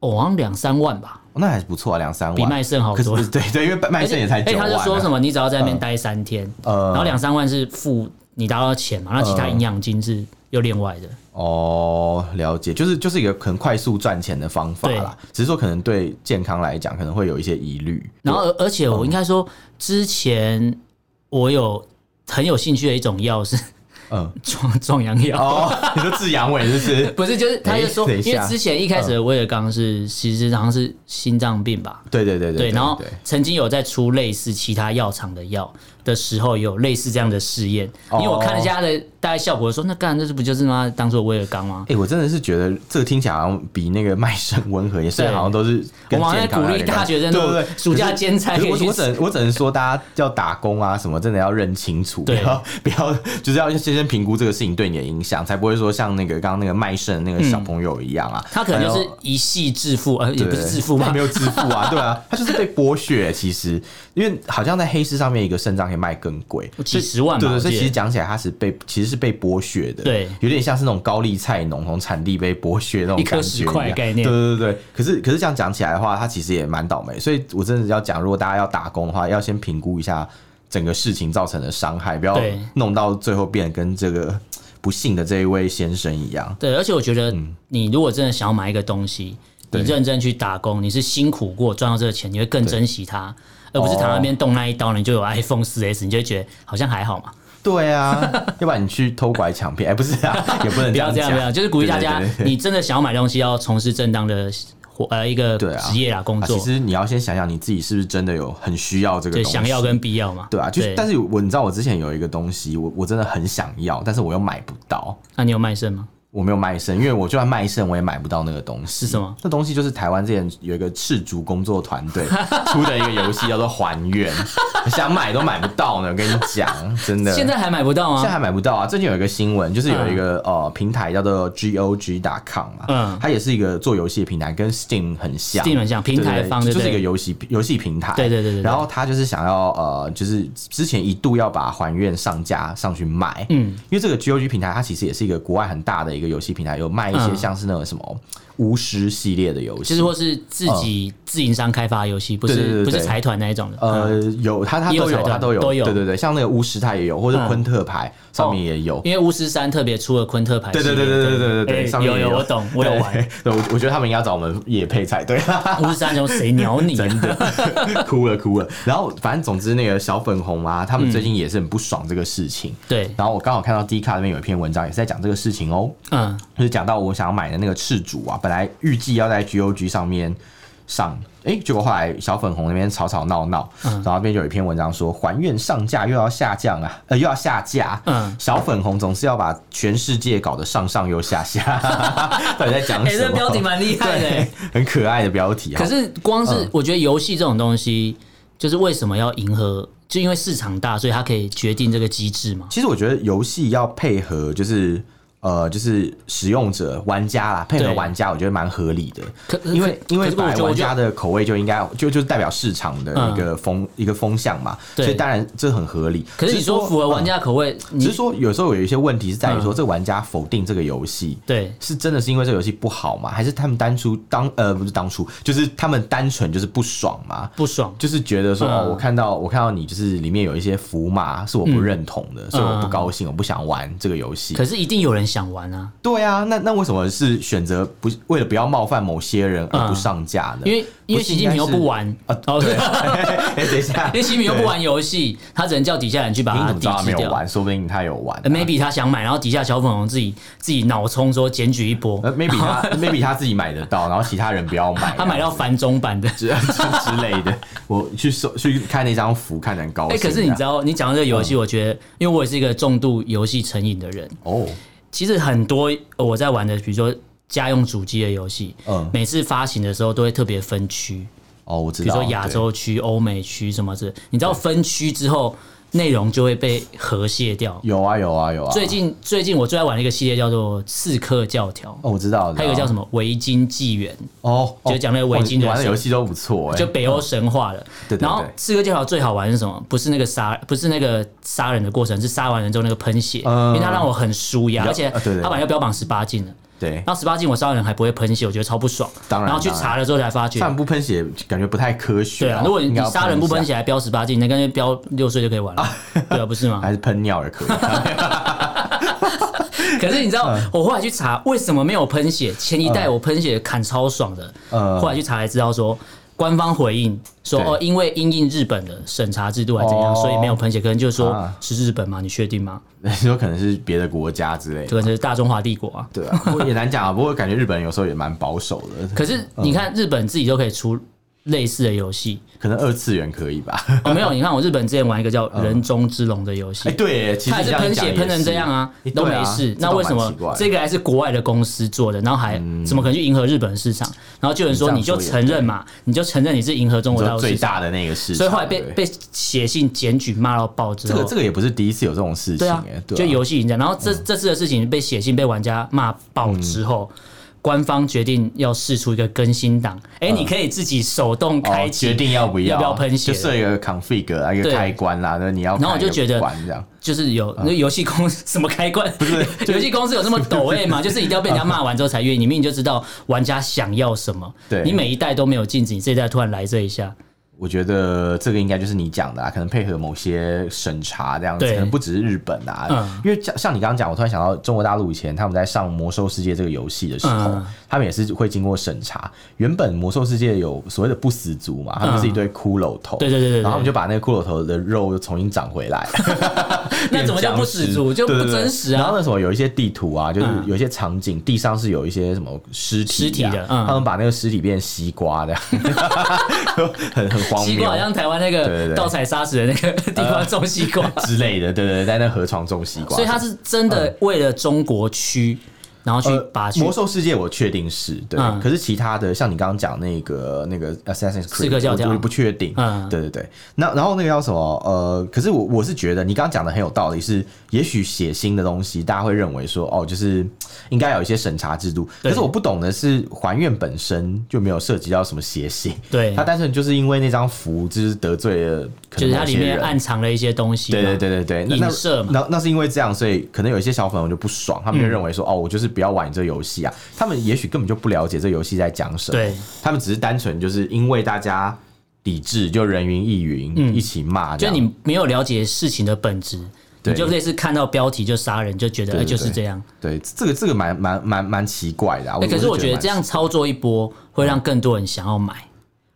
Speaker 1: 哦，好像两三万吧，
Speaker 2: 哦那还是不错、啊，两三万
Speaker 1: 比卖肾好
Speaker 2: 可
Speaker 1: 多。
Speaker 2: 是对对，因为卖
Speaker 1: 而
Speaker 2: 肾
Speaker 1: 且
Speaker 2: 也才
Speaker 1: 哎
Speaker 2: 九万、啊
Speaker 1: 他就说什么，你只要在那边待三天，
Speaker 2: 呃
Speaker 1: 然后两三万是付你达到钱嘛，那
Speaker 2: 嗯
Speaker 1: 其他营养金是又另外的。
Speaker 2: 哦，了解，就是就是一个很快速赚钱的方法啦，只是说可能对健康来讲可能会有一些疑虑。
Speaker 1: 然后而而且
Speaker 2: 嗯
Speaker 1: 我应该说，之前我有很有兴趣的一种药是
Speaker 2: 嗯，
Speaker 1: 壮壮阳药。
Speaker 2: 哦， 你说治阳痿是不是？
Speaker 1: 不是，就是他就说，
Speaker 2: 哎等一
Speaker 1: 因为
Speaker 2: 下
Speaker 1: 之前一开始的威尔刚是其实好像是心脏病吧，
Speaker 2: 对对对对
Speaker 1: 对，然后
Speaker 2: 对
Speaker 1: 曾经有在出类似其他药厂的药的时候，有类似这样的试验，
Speaker 2: 哦
Speaker 1: 因为我看了一下它的大概效果，说那干这是不就是妈当做威尔刚吗？
Speaker 2: 哎、我真的是觉得这个听起来好像比那个卖肾温和一些，也是
Speaker 1: 对
Speaker 2: 好像都是
Speaker 1: 我
Speaker 2: 跟
Speaker 1: 们好像
Speaker 2: 健
Speaker 1: 在
Speaker 2: 康
Speaker 1: 鼓
Speaker 2: 有
Speaker 1: 励
Speaker 2: 点
Speaker 1: 大
Speaker 2: 关系
Speaker 1: 学生，
Speaker 2: 对对对，
Speaker 1: 暑假
Speaker 2: 可是
Speaker 1: 兼差
Speaker 2: 可
Speaker 1: 可
Speaker 2: 是
Speaker 1: 以
Speaker 2: 我
Speaker 1: 去
Speaker 2: 我只能我只能说，大家要打工啊什么，真的要认清楚，不
Speaker 1: 对
Speaker 2: 要不要，就是要先先评估这个事情对你的影响，才不会说像那个刚刚那个卖肾那个小朋友一样啊，
Speaker 1: 嗯他可能就
Speaker 2: 还
Speaker 1: 是
Speaker 2: 有
Speaker 1: 一系致富，呃，也
Speaker 2: 对
Speaker 1: 不是致富
Speaker 2: 他
Speaker 1: 嘛
Speaker 2: 没，有致富啊，对啊，他就是被剥削、其实，因为好像在黑市上面一个肾脏可以卖更贵，
Speaker 1: 几十万
Speaker 2: 对
Speaker 1: 吧，
Speaker 2: 对，
Speaker 1: 我
Speaker 2: 所以
Speaker 1: 记
Speaker 2: 其
Speaker 1: 得
Speaker 2: 实讲起来，他是被其实是被剥削的，
Speaker 1: 对
Speaker 2: 有点像是那种高丽菜农从产地被剥削那种
Speaker 1: 一颗
Speaker 2: 感
Speaker 1: 十
Speaker 2: 觉
Speaker 1: 块
Speaker 2: 一
Speaker 1: 的
Speaker 2: 样
Speaker 1: 概念
Speaker 2: 对对对。可是可是这样讲起来的话，他其实也蛮倒霉。所以我真的要讲，如果大家要打工的话，要先评估一下整个事情造成的伤害，不要
Speaker 1: 对
Speaker 2: 弄到最后变得跟这个不幸的这一位先生一样。
Speaker 1: 对，而且我觉得你如果真的想要买一个东西，你
Speaker 2: 嗯对
Speaker 1: 认真去打工，你是辛苦过赚到这个钱，你会更珍惜它。而不是躺在那
Speaker 2: 哦
Speaker 1: 边动那一刀，你就有 iPhone 四 S，你就会觉得好像还好嘛。
Speaker 2: 对啊，要不然你去偷拐抢骗，哎、不是啊，也不
Speaker 1: 不
Speaker 2: 能这
Speaker 1: 要
Speaker 2: 样
Speaker 1: 这样，不要
Speaker 2: 讲。
Speaker 1: 就是鼓励大家
Speaker 2: 对对，对
Speaker 1: 你真的想要买东西，要从事正当的活呃一个
Speaker 2: 对啊
Speaker 1: 职业啦，工
Speaker 2: 啊，
Speaker 1: 作
Speaker 2: 其，实你要先想想你自己是不是真的有很需要这个
Speaker 1: 对，
Speaker 2: 东西，
Speaker 1: 想要跟必要嘛。
Speaker 2: 对啊，就是，但
Speaker 1: 是
Speaker 2: 是我你知道我之前有一个东西，我我真的很想要，但是我又买不到，
Speaker 1: 那你有卖肾吗？
Speaker 2: 我没有卖肾，因为我就算卖肾，我也买不到那个东
Speaker 1: 是
Speaker 2: 西。
Speaker 1: 什么？
Speaker 2: 那东西就是台湾之前有一个赤足工作团 队出的一个游戏，叫做《还愿》，想买都买不到呢。我跟你讲，真的。
Speaker 1: 现在还买不到
Speaker 2: 现
Speaker 1: 吗？
Speaker 2: 在还买不到啊！最近有一个新闻，就是有一个、呃平台叫做 GOG.com 嘛，
Speaker 1: 嗯
Speaker 2: 啊它也是一个做游戏的平台，跟 Steam 很像
Speaker 1: Steam 很像平台方
Speaker 2: 对
Speaker 1: 对
Speaker 2: 对
Speaker 1: 不
Speaker 2: 就
Speaker 1: 对
Speaker 2: 是一个游戏游戏平台，
Speaker 1: 对对对对对
Speaker 2: 然后他就是想要呃，就是之前一度要把还愿上架上去卖，嗯，因为这个 GOG 平台它其实也是一个国外很大的一个游戏平台，有卖一些
Speaker 1: 嗯
Speaker 2: 像是那种什么巫师系列的游戏，
Speaker 1: 就是或是自己自营商开发的游戏，不
Speaker 2: 嗯对对对
Speaker 1: 是
Speaker 2: 对
Speaker 1: 不是财团那一种的。嗯，
Speaker 2: 呃，有它它
Speaker 1: 也有
Speaker 2: 都有，
Speaker 1: 彩
Speaker 2: 它
Speaker 1: 蛋
Speaker 2: 都有，
Speaker 1: 都有
Speaker 2: 对对对，像那个巫师它也有，或者
Speaker 1: 嗯
Speaker 2: 昆特牌上面也有，
Speaker 1: 因为巫师三特别出了昆特牌系列，
Speaker 2: 对对对对对对对对，
Speaker 1: 哎
Speaker 2: 上面
Speaker 1: 有
Speaker 2: 也
Speaker 1: 有我懂，我有玩。。
Speaker 2: 对，对 我我觉得他们应该要找我们也配才 对，
Speaker 1: 巫师三有谁鸟你啊？
Speaker 2: 真的哭了哭了。然后反正总之那个小粉红啊，他们最近也是很不爽这个事情。
Speaker 1: 对，
Speaker 2: 然后我刚好看到 D 卡那边有一篇文章也是在讲这个事情哦，
Speaker 1: 嗯，
Speaker 2: 就是讲到我想要买的那个赤足啊，本来预计要在 GOG 上面上，哎、结果后来小粉红那边吵吵闹闹，
Speaker 1: 嗯
Speaker 2: 然后那边就有一篇文章说还愿上架又要下降啊， 呃又要下架，
Speaker 1: 嗯
Speaker 2: 小粉红总是要把全世界搞得上上又下下， 到底在讲
Speaker 1: 哎，
Speaker 2: 什么？
Speaker 1: 这标题蛮厉害的
Speaker 2: 对
Speaker 1: 欸。，
Speaker 2: 很可爱的标题啊
Speaker 1: 可。是光是我觉得游戏这种东西，就是为什么要迎合？就因为市场大，所以它可以决定这个机制嘛。
Speaker 2: 其实我觉得游戏要配合就是。呃，就是使用者、玩家啦，配合
Speaker 1: 对
Speaker 2: 玩家，我觉得蛮合理的。
Speaker 1: 可呃
Speaker 2: 因为因
Speaker 1: 可
Speaker 2: 为
Speaker 1: 是我
Speaker 2: 本来
Speaker 1: 觉得
Speaker 2: 玩
Speaker 1: 我觉
Speaker 2: 家
Speaker 1: 得
Speaker 2: 的口味就应该就就是代表市场的一个风、一个风向嘛，所
Speaker 1: 对
Speaker 2: 以当然这很合理。
Speaker 1: 可是你说符合玩
Speaker 2: 家，
Speaker 1: 家口味，
Speaker 2: 哦只
Speaker 1: 你
Speaker 2: 是说有时候有一些问题是在于说，
Speaker 1: 嗯
Speaker 2: 这玩家否定这个游戏。
Speaker 1: 对
Speaker 2: 是真的是因为这个游戏不好吗？还是他们当初当呃不是当初，就是他们单纯就是不爽吗？
Speaker 1: 不爽，
Speaker 2: 就是觉得说、
Speaker 1: 嗯
Speaker 2: 哦，我看到我看到你就是里面有一些符码是我不认同的，所以我不高兴，我不想玩这个游戏。
Speaker 1: 嗯可是一定有人想玩啊，
Speaker 2: 对啊，那那为什么是选择不为了不要冒犯某些人而不
Speaker 1: 嗯
Speaker 2: 上架呢？
Speaker 1: 因为因为
Speaker 2: 不是
Speaker 1: 习近平又
Speaker 2: 应该是
Speaker 1: 不玩哦，对，
Speaker 2: 哎， 等一下，
Speaker 1: 因为习近平又不玩游戏，他只能叫底下人去把
Speaker 2: 你
Speaker 1: 它
Speaker 2: 怎么知道他
Speaker 1: 抵制
Speaker 2: 没有
Speaker 1: 掉。
Speaker 2: 玩？说不定他有玩啊、
Speaker 1: 呃 maybe 他想买，然后底下小粉红自己自己脑充说检举一波，
Speaker 2: 呃 maybe 他 maybe 他自己买得到，然后其他人不要买，
Speaker 1: 他买到繁中版的。
Speaker 2: 之之类的。我去搜去看那张符，看得很高
Speaker 1: 哎，
Speaker 2: 兴。
Speaker 1: 可是你知道，你讲到这个游戏，我觉得，因为我也是一个重度游戏成瘾的人，
Speaker 2: 哦，
Speaker 1: 其实很多呃我在玩的，比如说家用主机的游戏，
Speaker 2: 嗯
Speaker 1: 每次发行的时候都会特别分区，
Speaker 2: 哦，我知
Speaker 1: 比如
Speaker 2: 道，
Speaker 1: 说亚洲区、欧美区什么之类，你知道分区之后，内容就会被和谐掉。
Speaker 2: 对有啊有啊有啊。
Speaker 1: 最近最近我最爱玩的一个系列叫做《刺客教条
Speaker 2: 哦，我知道，》，
Speaker 1: 还有一个叫什
Speaker 2: 么？
Speaker 1: 么《维京纪元
Speaker 2: 哦，哦
Speaker 1: 就讲那个维京人
Speaker 2: 哦你玩的
Speaker 1: 生
Speaker 2: 游戏都不错哎、》，
Speaker 1: 就北欧神话了。
Speaker 2: 对对对
Speaker 1: 然后《刺客教条》最好玩是什么？不是那个杀，不是那个杀人的过程，是杀完人之后那个喷血，
Speaker 2: 嗯
Speaker 1: 因为它让我很舒压，
Speaker 2: 较
Speaker 1: 而且
Speaker 2: 啊对对对
Speaker 1: 它本来就标榜十八禁了，
Speaker 2: 对，
Speaker 1: 然后十八禁我杀人还不会喷血，我觉得超不爽。
Speaker 2: 当然
Speaker 1: 然后去
Speaker 2: 当然
Speaker 1: 查了之后才发觉，
Speaker 2: 饭不喷血感觉不太科学、
Speaker 1: 对啊，如果
Speaker 2: 应
Speaker 1: 你
Speaker 2: 该要
Speaker 1: 杀人不喷
Speaker 2: 一下，
Speaker 1: 血还标十八禁，那干脆标六岁就可以 玩了，对啊，不是吗？
Speaker 2: 还是喷尿 也可以。
Speaker 1: 可是你知道，
Speaker 2: 嗯
Speaker 1: 我后来去查为什么没有喷血？前一代我喷血砍超爽的，
Speaker 2: 嗯
Speaker 1: 后来去查才知道说。官方回应说：“
Speaker 2: 对
Speaker 1: 哦，因为因应日本的审查制度还怎样，
Speaker 2: 哦
Speaker 1: 所以没有喷血。可能就是说
Speaker 2: 啊
Speaker 1: 是日本吗？你确定吗？
Speaker 2: 有可能是别的国家之类
Speaker 1: 这
Speaker 2: 的。
Speaker 1: 个是大中华帝国啊。
Speaker 2: 对啊，不过也难讲啊。不过感觉日本人有时候也蛮保守的，
Speaker 1: 可是
Speaker 2: 嗯
Speaker 1: 你看，日本自己都可以出类似的游戏。
Speaker 2: 可能二次元可以吧？
Speaker 1: 哦，没有，你看我日本之前玩一个叫
Speaker 2: 嗯
Speaker 1: 《人中之龙》的游戏
Speaker 2: 哎，，对耶，其
Speaker 1: 它
Speaker 2: 实
Speaker 1: 还
Speaker 2: 你
Speaker 1: 是
Speaker 2: 这
Speaker 1: 喷
Speaker 2: 样讲
Speaker 1: 血
Speaker 2: 也
Speaker 1: 喷成
Speaker 2: 是
Speaker 1: 这样啊，都
Speaker 2: 对
Speaker 1: 没
Speaker 2: 啊
Speaker 1: 事。
Speaker 2: 这
Speaker 1: 那
Speaker 2: 倒
Speaker 1: 为什
Speaker 2: 蛮
Speaker 1: 么
Speaker 2: 奇怪的嗯
Speaker 1: 这个还是国外的公司做的，然后还怎么可能去迎合日本市场？然后就有人说
Speaker 2: 你
Speaker 1: 你
Speaker 2: 这样
Speaker 1: 就
Speaker 2: 说也
Speaker 1: 承认嘛，你就承认你是迎合中
Speaker 2: 你
Speaker 1: 国大
Speaker 2: 说
Speaker 1: 陆
Speaker 2: 最
Speaker 1: 市场，
Speaker 2: 大的那个市场，
Speaker 1: 所以后来被
Speaker 2: 对
Speaker 1: 被写信检举骂到爆之
Speaker 2: 这个
Speaker 1: 后
Speaker 2: 这。个也不是第一次有这种事情
Speaker 1: 对啊
Speaker 2: 哎，，对啊
Speaker 1: 就游戏赢家，然后这这次的事情被写信被玩家骂爆之后，
Speaker 2: 嗯
Speaker 1: 官方决定要试出一个更新档，哎，你可以自己手动
Speaker 2: 嗯哦
Speaker 1: 开
Speaker 2: 决
Speaker 1: 启
Speaker 2: 定要不
Speaker 1: 要不要喷血
Speaker 2: 就设一个 config 啊，一个
Speaker 1: 对
Speaker 2: 开关啦，那你要
Speaker 1: 然后我
Speaker 2: 看
Speaker 1: 就
Speaker 2: 一个
Speaker 1: 觉得
Speaker 2: 关这样，
Speaker 1: 就是
Speaker 2: 啊
Speaker 1: 有那游戏公司什么开关，不是 游戏公司有这么抖 A 嘛？就是一定要被人家骂完之后才愿意，你明明就知道玩家想要什么，
Speaker 2: 对
Speaker 1: 你每一代都没有禁止，你这一代突然来这一下，
Speaker 2: 我觉得这个应该就是你讲的啊，可能配合某些审查这样子，
Speaker 1: 对
Speaker 2: 可能不只是日本啊，
Speaker 1: 嗯
Speaker 2: 因为像像你刚刚讲，我突然想到中国大陆以前他们在上《魔兽世界》这个游戏的时候，
Speaker 1: 嗯
Speaker 2: 他们也是会经过审查。原本《魔兽世界》有所谓的不死族嘛，他们是一堆骷髅头，
Speaker 1: 嗯对对对对对
Speaker 2: 然后他们就把那个骷髅头的肉又重新长回来，
Speaker 1: 那怎么叫不死族
Speaker 2: 变
Speaker 1: 就
Speaker 2: 僵尸
Speaker 1: 不
Speaker 2: 对对对
Speaker 1: 真实
Speaker 2: 然后
Speaker 1: 啊？
Speaker 2: 那什么有一些地图啊，就是
Speaker 1: 嗯
Speaker 2: 有一些场景、地上是有一些什么尸体、啊、
Speaker 1: 尸体的嗯
Speaker 2: 他们把那个尸体变西瓜的， 很很荒
Speaker 1: 西
Speaker 2: 谬
Speaker 1: 瓜好像台湾那
Speaker 2: 对对
Speaker 1: 个
Speaker 2: 对
Speaker 1: 盗采砂石的那个地方种西瓜，
Speaker 2: 之类的，对对对，在那河床种西 瓜，
Speaker 1: 所以他是真的为了中国区，然后去
Speaker 2: 呃
Speaker 1: 把去
Speaker 2: 魔兽世界我确定是对，
Speaker 1: 嗯
Speaker 2: 可是其他的像你刚刚讲那个那个 Assassin's
Speaker 1: 刺客
Speaker 2: Creed，
Speaker 1: 教条
Speaker 2: 我我不确定。
Speaker 1: 嗯
Speaker 2: 对对对，那然后那个叫什么？呃，可是我我是觉得你刚刚讲的很有道理是，也许血腥的东西大家会认为说哦，就是应该有一些审查制度。可
Speaker 1: 对
Speaker 2: 是我不懂的是，还愿本身就没有涉及到什么血腥，
Speaker 1: 对
Speaker 2: 他，单纯就是因为那张符就是得罪了，可
Speaker 1: 就是
Speaker 2: 能某
Speaker 1: 它里
Speaker 2: 些
Speaker 1: 面
Speaker 2: 人
Speaker 1: 暗藏了一些东西嘛，
Speaker 2: 对对对对对，那
Speaker 1: 影射嘛
Speaker 2: 那那那是因为这样，所以可能有一些小粉红就不爽，他们就认为
Speaker 1: 嗯
Speaker 2: 说，哦，我就是不要玩你这游戏啊。他们也许根本就不了解这游戏在讲什么，
Speaker 1: 对，
Speaker 2: 他们只是单纯就是因为大家抵制，就人云亦云，一起骂这
Speaker 1: 嗯就
Speaker 2: 样，
Speaker 1: 你没有了解事情的本质，
Speaker 2: 对
Speaker 1: 你就类似看到标题就杀人，就觉得
Speaker 2: 对
Speaker 1: 哎
Speaker 2: 对
Speaker 1: 就是
Speaker 2: 对
Speaker 1: 这样。
Speaker 2: 对这个这个蛮蛮蛮蛮奇怪的、啊。
Speaker 1: 欸可是我觉得
Speaker 2: 蛮
Speaker 1: 这样操作一波，会让更多人想要买，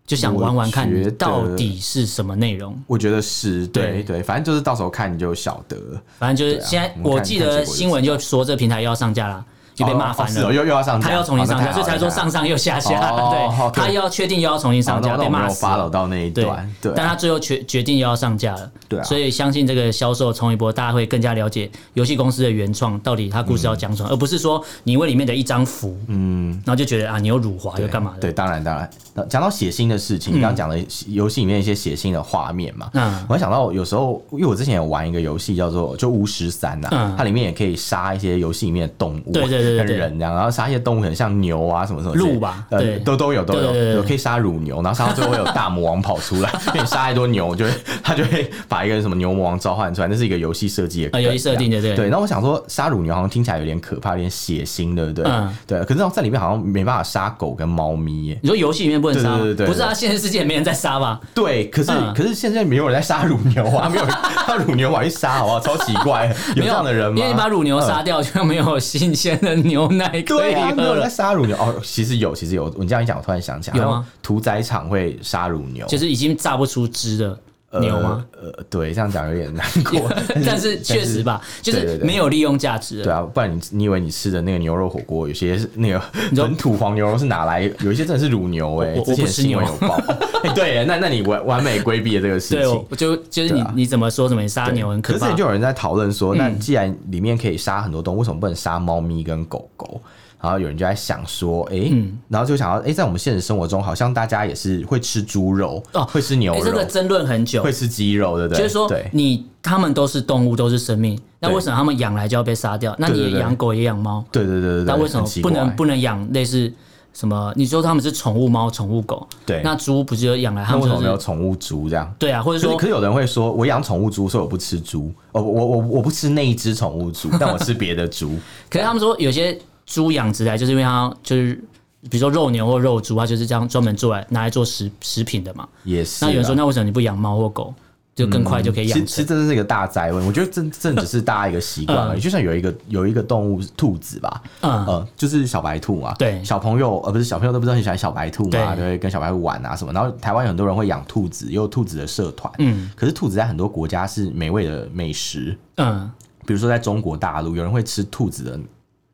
Speaker 1: 就想玩玩看
Speaker 2: 我觉得
Speaker 1: 到底是什么内容。
Speaker 2: 我觉得是对
Speaker 1: 对
Speaker 2: 对，反正就是到时候看你就晓得了，
Speaker 1: 反正就是
Speaker 2: 对啊
Speaker 1: 现在，
Speaker 2: 我们
Speaker 1: 我
Speaker 2: 看
Speaker 1: 记
Speaker 2: 看结
Speaker 1: 得
Speaker 2: 果就
Speaker 1: 新闻就说这平台又要上架啦，就被骂翻
Speaker 2: 哦哦是哦
Speaker 1: 了。
Speaker 2: 又又要上架，
Speaker 1: 他要重新上架，
Speaker 2: 哦
Speaker 1: 所以才说。上上又下下。
Speaker 2: 哦
Speaker 1: 对，
Speaker 2: 好
Speaker 1: 他
Speaker 2: 对
Speaker 1: 要确定又要重新上
Speaker 2: 上
Speaker 1: 架，
Speaker 2: 架
Speaker 1: 被
Speaker 2: 被
Speaker 1: 骂
Speaker 2: 骂
Speaker 1: 死
Speaker 2: 发
Speaker 1: 了。
Speaker 2: 了到那一
Speaker 1: 对
Speaker 2: 段，，对啊，
Speaker 1: 但他最后决决定又要上架了，
Speaker 2: 对啊
Speaker 1: 所以相信这个销售冲一波，大家会更加了解游戏公司的原创到底他故事要讲什
Speaker 2: 嗯
Speaker 1: 么，而不是说你为里面的一张符，嗯，然后就觉得啊你又辱华又干嘛的，
Speaker 2: 对，当然当然。那讲到血腥的事情，你刚刚讲的游戏里面一些血腥的画面嘛，
Speaker 1: 嗯
Speaker 2: 我还想到有时候，因为我之前有玩一个游戏叫做就巫师三呐、
Speaker 1: 嗯
Speaker 2: 它里面也可以杀一些游戏里面的动物，
Speaker 1: 对对对对
Speaker 2: 跟
Speaker 1: 对
Speaker 2: 人这样，然后杀一些动物，很像牛啊什么什么之类的
Speaker 1: 鹿吧对
Speaker 2: 呃，都都有都
Speaker 1: 对对对
Speaker 2: 有，
Speaker 1: 对
Speaker 2: 有可以杀乳牛，然后杀到最后会有大魔王跑 出来， 因为杀太多牛，就会他就会把一个什么牛魔王召唤出来，那是一个游戏设计的
Speaker 1: 啊
Speaker 2: 梗
Speaker 1: 游戏设定的
Speaker 2: 这样
Speaker 1: 对
Speaker 2: 对。那我想说，杀乳牛好像听起来有点可怕，有点血腥，对不对？
Speaker 1: 嗯
Speaker 2: 对。可是在里面好像没办法杀狗跟猫咪耶。
Speaker 1: 你说游戏里面不能杀吗？
Speaker 2: 对对对对
Speaker 1: 不是啊，现实世界也没人在杀吧？
Speaker 2: 对，可是、
Speaker 1: 嗯
Speaker 2: 可是现在没有人在杀乳牛啊，没 有人杀乳牛跑去杀，好不好？超奇怪， 有这样的人吗？
Speaker 1: 啊因为你把乳牛杀掉，就没有新鲜的牛奶可
Speaker 2: 对
Speaker 1: 以
Speaker 2: 啊，没
Speaker 1: 喝
Speaker 2: 有人在
Speaker 1: 了，
Speaker 2: 杀乳牛哦。其实有，其实有。你这样一讲，我突然想起来，
Speaker 1: 有吗
Speaker 2: 好像屠宰场会杀乳牛，
Speaker 1: 就是已经榨不出汁的
Speaker 2: 呃
Speaker 1: 牛 吗？？，
Speaker 2: 呃，对，这样讲有点难过
Speaker 1: 但是确实。吧，就
Speaker 2: 对
Speaker 1: 是
Speaker 2: 对对
Speaker 1: 没有利用价值
Speaker 2: 对
Speaker 1: 了。
Speaker 2: 啊，不然你你以为你吃的那个牛肉火锅，有些是那个
Speaker 1: 说
Speaker 2: 本土黄牛肉是哪来？有一些真的是乳牛哎、
Speaker 1: 我我
Speaker 2: 之前
Speaker 1: 不吃
Speaker 2: 新闻
Speaker 1: 牛
Speaker 2: 有报。 哎对，那那你完完美规避了这个事
Speaker 1: 对，
Speaker 2: 情
Speaker 1: 我。我就就是你
Speaker 2: 对啊
Speaker 1: 你怎么说什么你杀
Speaker 2: 对
Speaker 1: 牛很可
Speaker 2: 可
Speaker 1: 怕嗯
Speaker 2: 是就有人在讨论说，那既然里面可以杀很多动物，为什么不能杀猫咪跟狗狗？然后有人就在想说，哎、
Speaker 1: 嗯
Speaker 2: 然后就想到，哎、在我们现实生活中，好像大家也是会吃猪肉，
Speaker 1: 哦
Speaker 2: 会吃牛
Speaker 1: 哎、
Speaker 2: 肉，
Speaker 1: 这个争论很久
Speaker 2: 会，吃鸡肉，对不对？
Speaker 1: 就是说
Speaker 2: 对。
Speaker 1: 你他们都是动物，都是生命，那
Speaker 2: 对
Speaker 1: 为什么他们养来就要被杀掉？那你
Speaker 2: 对对
Speaker 1: 也
Speaker 2: 对
Speaker 1: 养狗也养猫，
Speaker 2: 对对对对对，
Speaker 1: 那为什么
Speaker 2: 很奇
Speaker 1: 不
Speaker 2: 怪
Speaker 1: 能不能养类似什么？你说他们是宠物猫、宠物狗，
Speaker 2: 对
Speaker 1: 那猪不就养来他
Speaker 2: 那
Speaker 1: 们
Speaker 2: 为什
Speaker 1: 就
Speaker 2: 么没有
Speaker 1: 是
Speaker 2: 宠物猪这样？
Speaker 1: 对啊，或者
Speaker 2: 可是
Speaker 1: 说
Speaker 2: 可是有人会说，我养宠物猪，所以我不 吃猪。哦，我我我我不吃那一只宠物猪，但我吃别的猪。
Speaker 1: 可是他们说有些猪养殖来，就是因为它就是比如说肉牛或肉猪，它就是这样专门做来拿来做食食品的嘛。
Speaker 2: 也是啊。
Speaker 1: 那有人说，那为什么你不养猫或狗，就更快就可以
Speaker 2: 其实
Speaker 1: 养
Speaker 2: 其实
Speaker 1: 成？
Speaker 2: 真的是一个大灾问，我觉得真真的只是大家一个习惯而已。就像有一个有一个动物是兔子吧，
Speaker 1: 嗯
Speaker 2: 呃，就是小白兔嘛，
Speaker 1: 对
Speaker 2: 小朋友呃不是小朋友都不是很喜欢小白兔
Speaker 1: 对
Speaker 2: 嘛，对，跟小白兔玩啊什么。然后台湾有很多人会养兔子，也有兔子的社团，
Speaker 1: 嗯
Speaker 2: 可是兔子在很多国家是美味的美食，
Speaker 1: 嗯，
Speaker 2: 比如说在中国大陆，有人会吃兔子的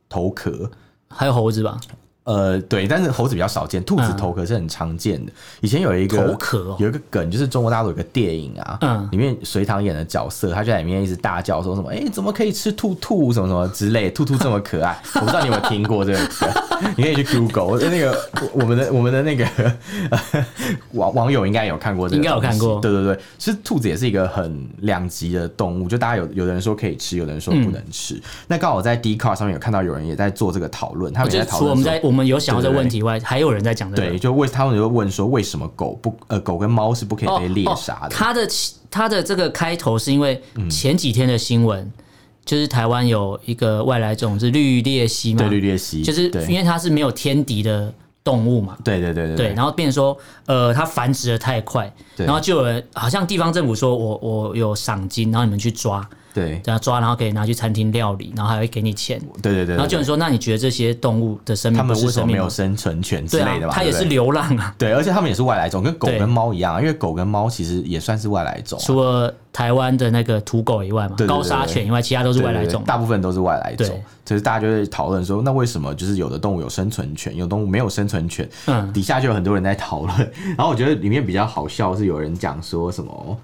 Speaker 2: 头壳。
Speaker 1: 还有猴子吧？
Speaker 2: 呃，对，但是猴子比较少见，兔子
Speaker 1: 嗯
Speaker 2: 头壳是很常见的。以前有一个
Speaker 1: 头壳哦
Speaker 2: 有一个梗，就是中国大陆有个电影啊，
Speaker 1: 嗯
Speaker 2: 里面隋唐演的角色，他就在里面一直大叫说什么“哎、怎么可以吃兔兔？什么什么之类，兔兔这么可爱。”我不知道你有没有听过这个梗，你可以去 Google 那个我我们的我们的那个 网网友应该有看过这个，
Speaker 1: 应该有看过
Speaker 2: 对对对，其实兔子也是一个很两极的动物，就大家有有的人说可以吃，有的人说不能
Speaker 1: 嗯
Speaker 2: 吃。那刚好我在 d c a r 上面有看到有人也在做这个讨论，他
Speaker 1: 我
Speaker 2: 们
Speaker 1: 觉
Speaker 2: 也
Speaker 1: 得
Speaker 2: 在讨
Speaker 1: 除了我
Speaker 2: 论
Speaker 1: 们
Speaker 2: 说
Speaker 1: 在我们有想到这个
Speaker 2: 对对
Speaker 1: 问题以外，还有人在讲这个。
Speaker 2: 对，就为他们就问说，为什么狗不呃狗跟猫是不可以
Speaker 1: 哦
Speaker 2: 被猎杀
Speaker 1: 哦
Speaker 2: 的？
Speaker 1: 他的起他的这个开头是因为
Speaker 2: 嗯
Speaker 1: 前几天的新闻，就是台湾有一个外来种是绿鬣蜥嘛，
Speaker 2: 对绿鬣蜥，
Speaker 1: 就是
Speaker 2: 对
Speaker 1: 因为它是没有天敌的动物嘛。
Speaker 2: 对对对对
Speaker 1: 对，然后变成说，呃，它繁殖的太快，
Speaker 2: 对
Speaker 1: 然后就有人好像地方政府说我我有赏金，然后你们去抓，
Speaker 2: 对
Speaker 1: 然后抓，然后可以拿去餐厅料理，然后还会给你钱。
Speaker 2: 对对对，
Speaker 1: 然后就有
Speaker 2: 对
Speaker 1: 人说，那你觉得这些动物的生命
Speaker 2: 他们
Speaker 1: 不是
Speaker 2: 为什么
Speaker 1: 生命
Speaker 2: 没
Speaker 1: 吗
Speaker 2: 有生存权之
Speaker 1: 对
Speaker 2: 类的
Speaker 1: 啊，
Speaker 2: 吧？
Speaker 1: 它也
Speaker 2: 对
Speaker 1: 是
Speaker 2: 不对
Speaker 1: 流浪啊。
Speaker 2: 对，而且他们也是外来种，跟狗
Speaker 1: 对
Speaker 2: 跟猫一样啊，因为狗跟猫其实也算是外来种啊，
Speaker 1: 除了台湾的那个土狗以外嘛，
Speaker 2: 对对对
Speaker 1: 高沙犬以外，其他都是
Speaker 2: 对
Speaker 1: 外
Speaker 2: 对
Speaker 1: 来
Speaker 2: 对
Speaker 1: 种。
Speaker 2: 大部分都是外来种
Speaker 1: 对。
Speaker 2: 就是大家就会讨论说，那为什么就是有的动物有生存权，有动物没有生存权？
Speaker 1: 嗯
Speaker 2: 底下就有很多人在讨论。然后我觉得里面比较好笑是有人讲说什么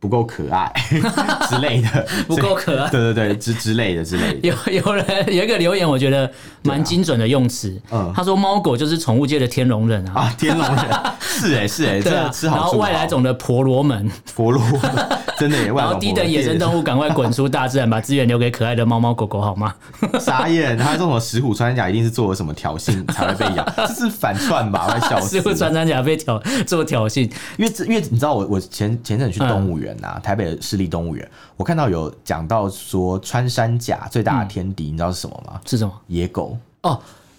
Speaker 2: 不够可爱 之类的，
Speaker 1: 不够可爱。
Speaker 2: 对对对，之之类的之类 的。
Speaker 1: 有有人有一个留言，我觉得蛮精准的用词。
Speaker 2: 啊嗯
Speaker 1: 他说猫狗就是宠物界的天龙人啊。
Speaker 2: 啊，天龙人是哎、是哎、真
Speaker 1: 对
Speaker 2: 的
Speaker 1: 啊，
Speaker 2: 吃
Speaker 1: 然
Speaker 2: 好
Speaker 1: 后
Speaker 2: 住好
Speaker 1: 外来种的婆罗门，
Speaker 2: 活路， 真的耶，外
Speaker 1: 然
Speaker 2: 来
Speaker 1: 后
Speaker 2: 种
Speaker 1: 低等野生
Speaker 2: 活
Speaker 1: 动物赶快滚出大自然，把资源留给可爱的猫猫狗狗好吗？
Speaker 2: 路，傻眼，他这种石虎穿山甲一定是做了什么挑衅才会被咬， 这是反串吧？快笑死
Speaker 1: 师傅
Speaker 2: 了！
Speaker 1: 穿山甲被挑做挑衅，
Speaker 2: 因为这因为你知道我我前前阵子去动物园呐、啊
Speaker 1: 嗯
Speaker 2: 台北的市立动物园，我看到有讲到说穿山甲最大的天敌，你知道是什么吗？
Speaker 1: 是什么？
Speaker 2: 野狗，
Speaker 1: 哦，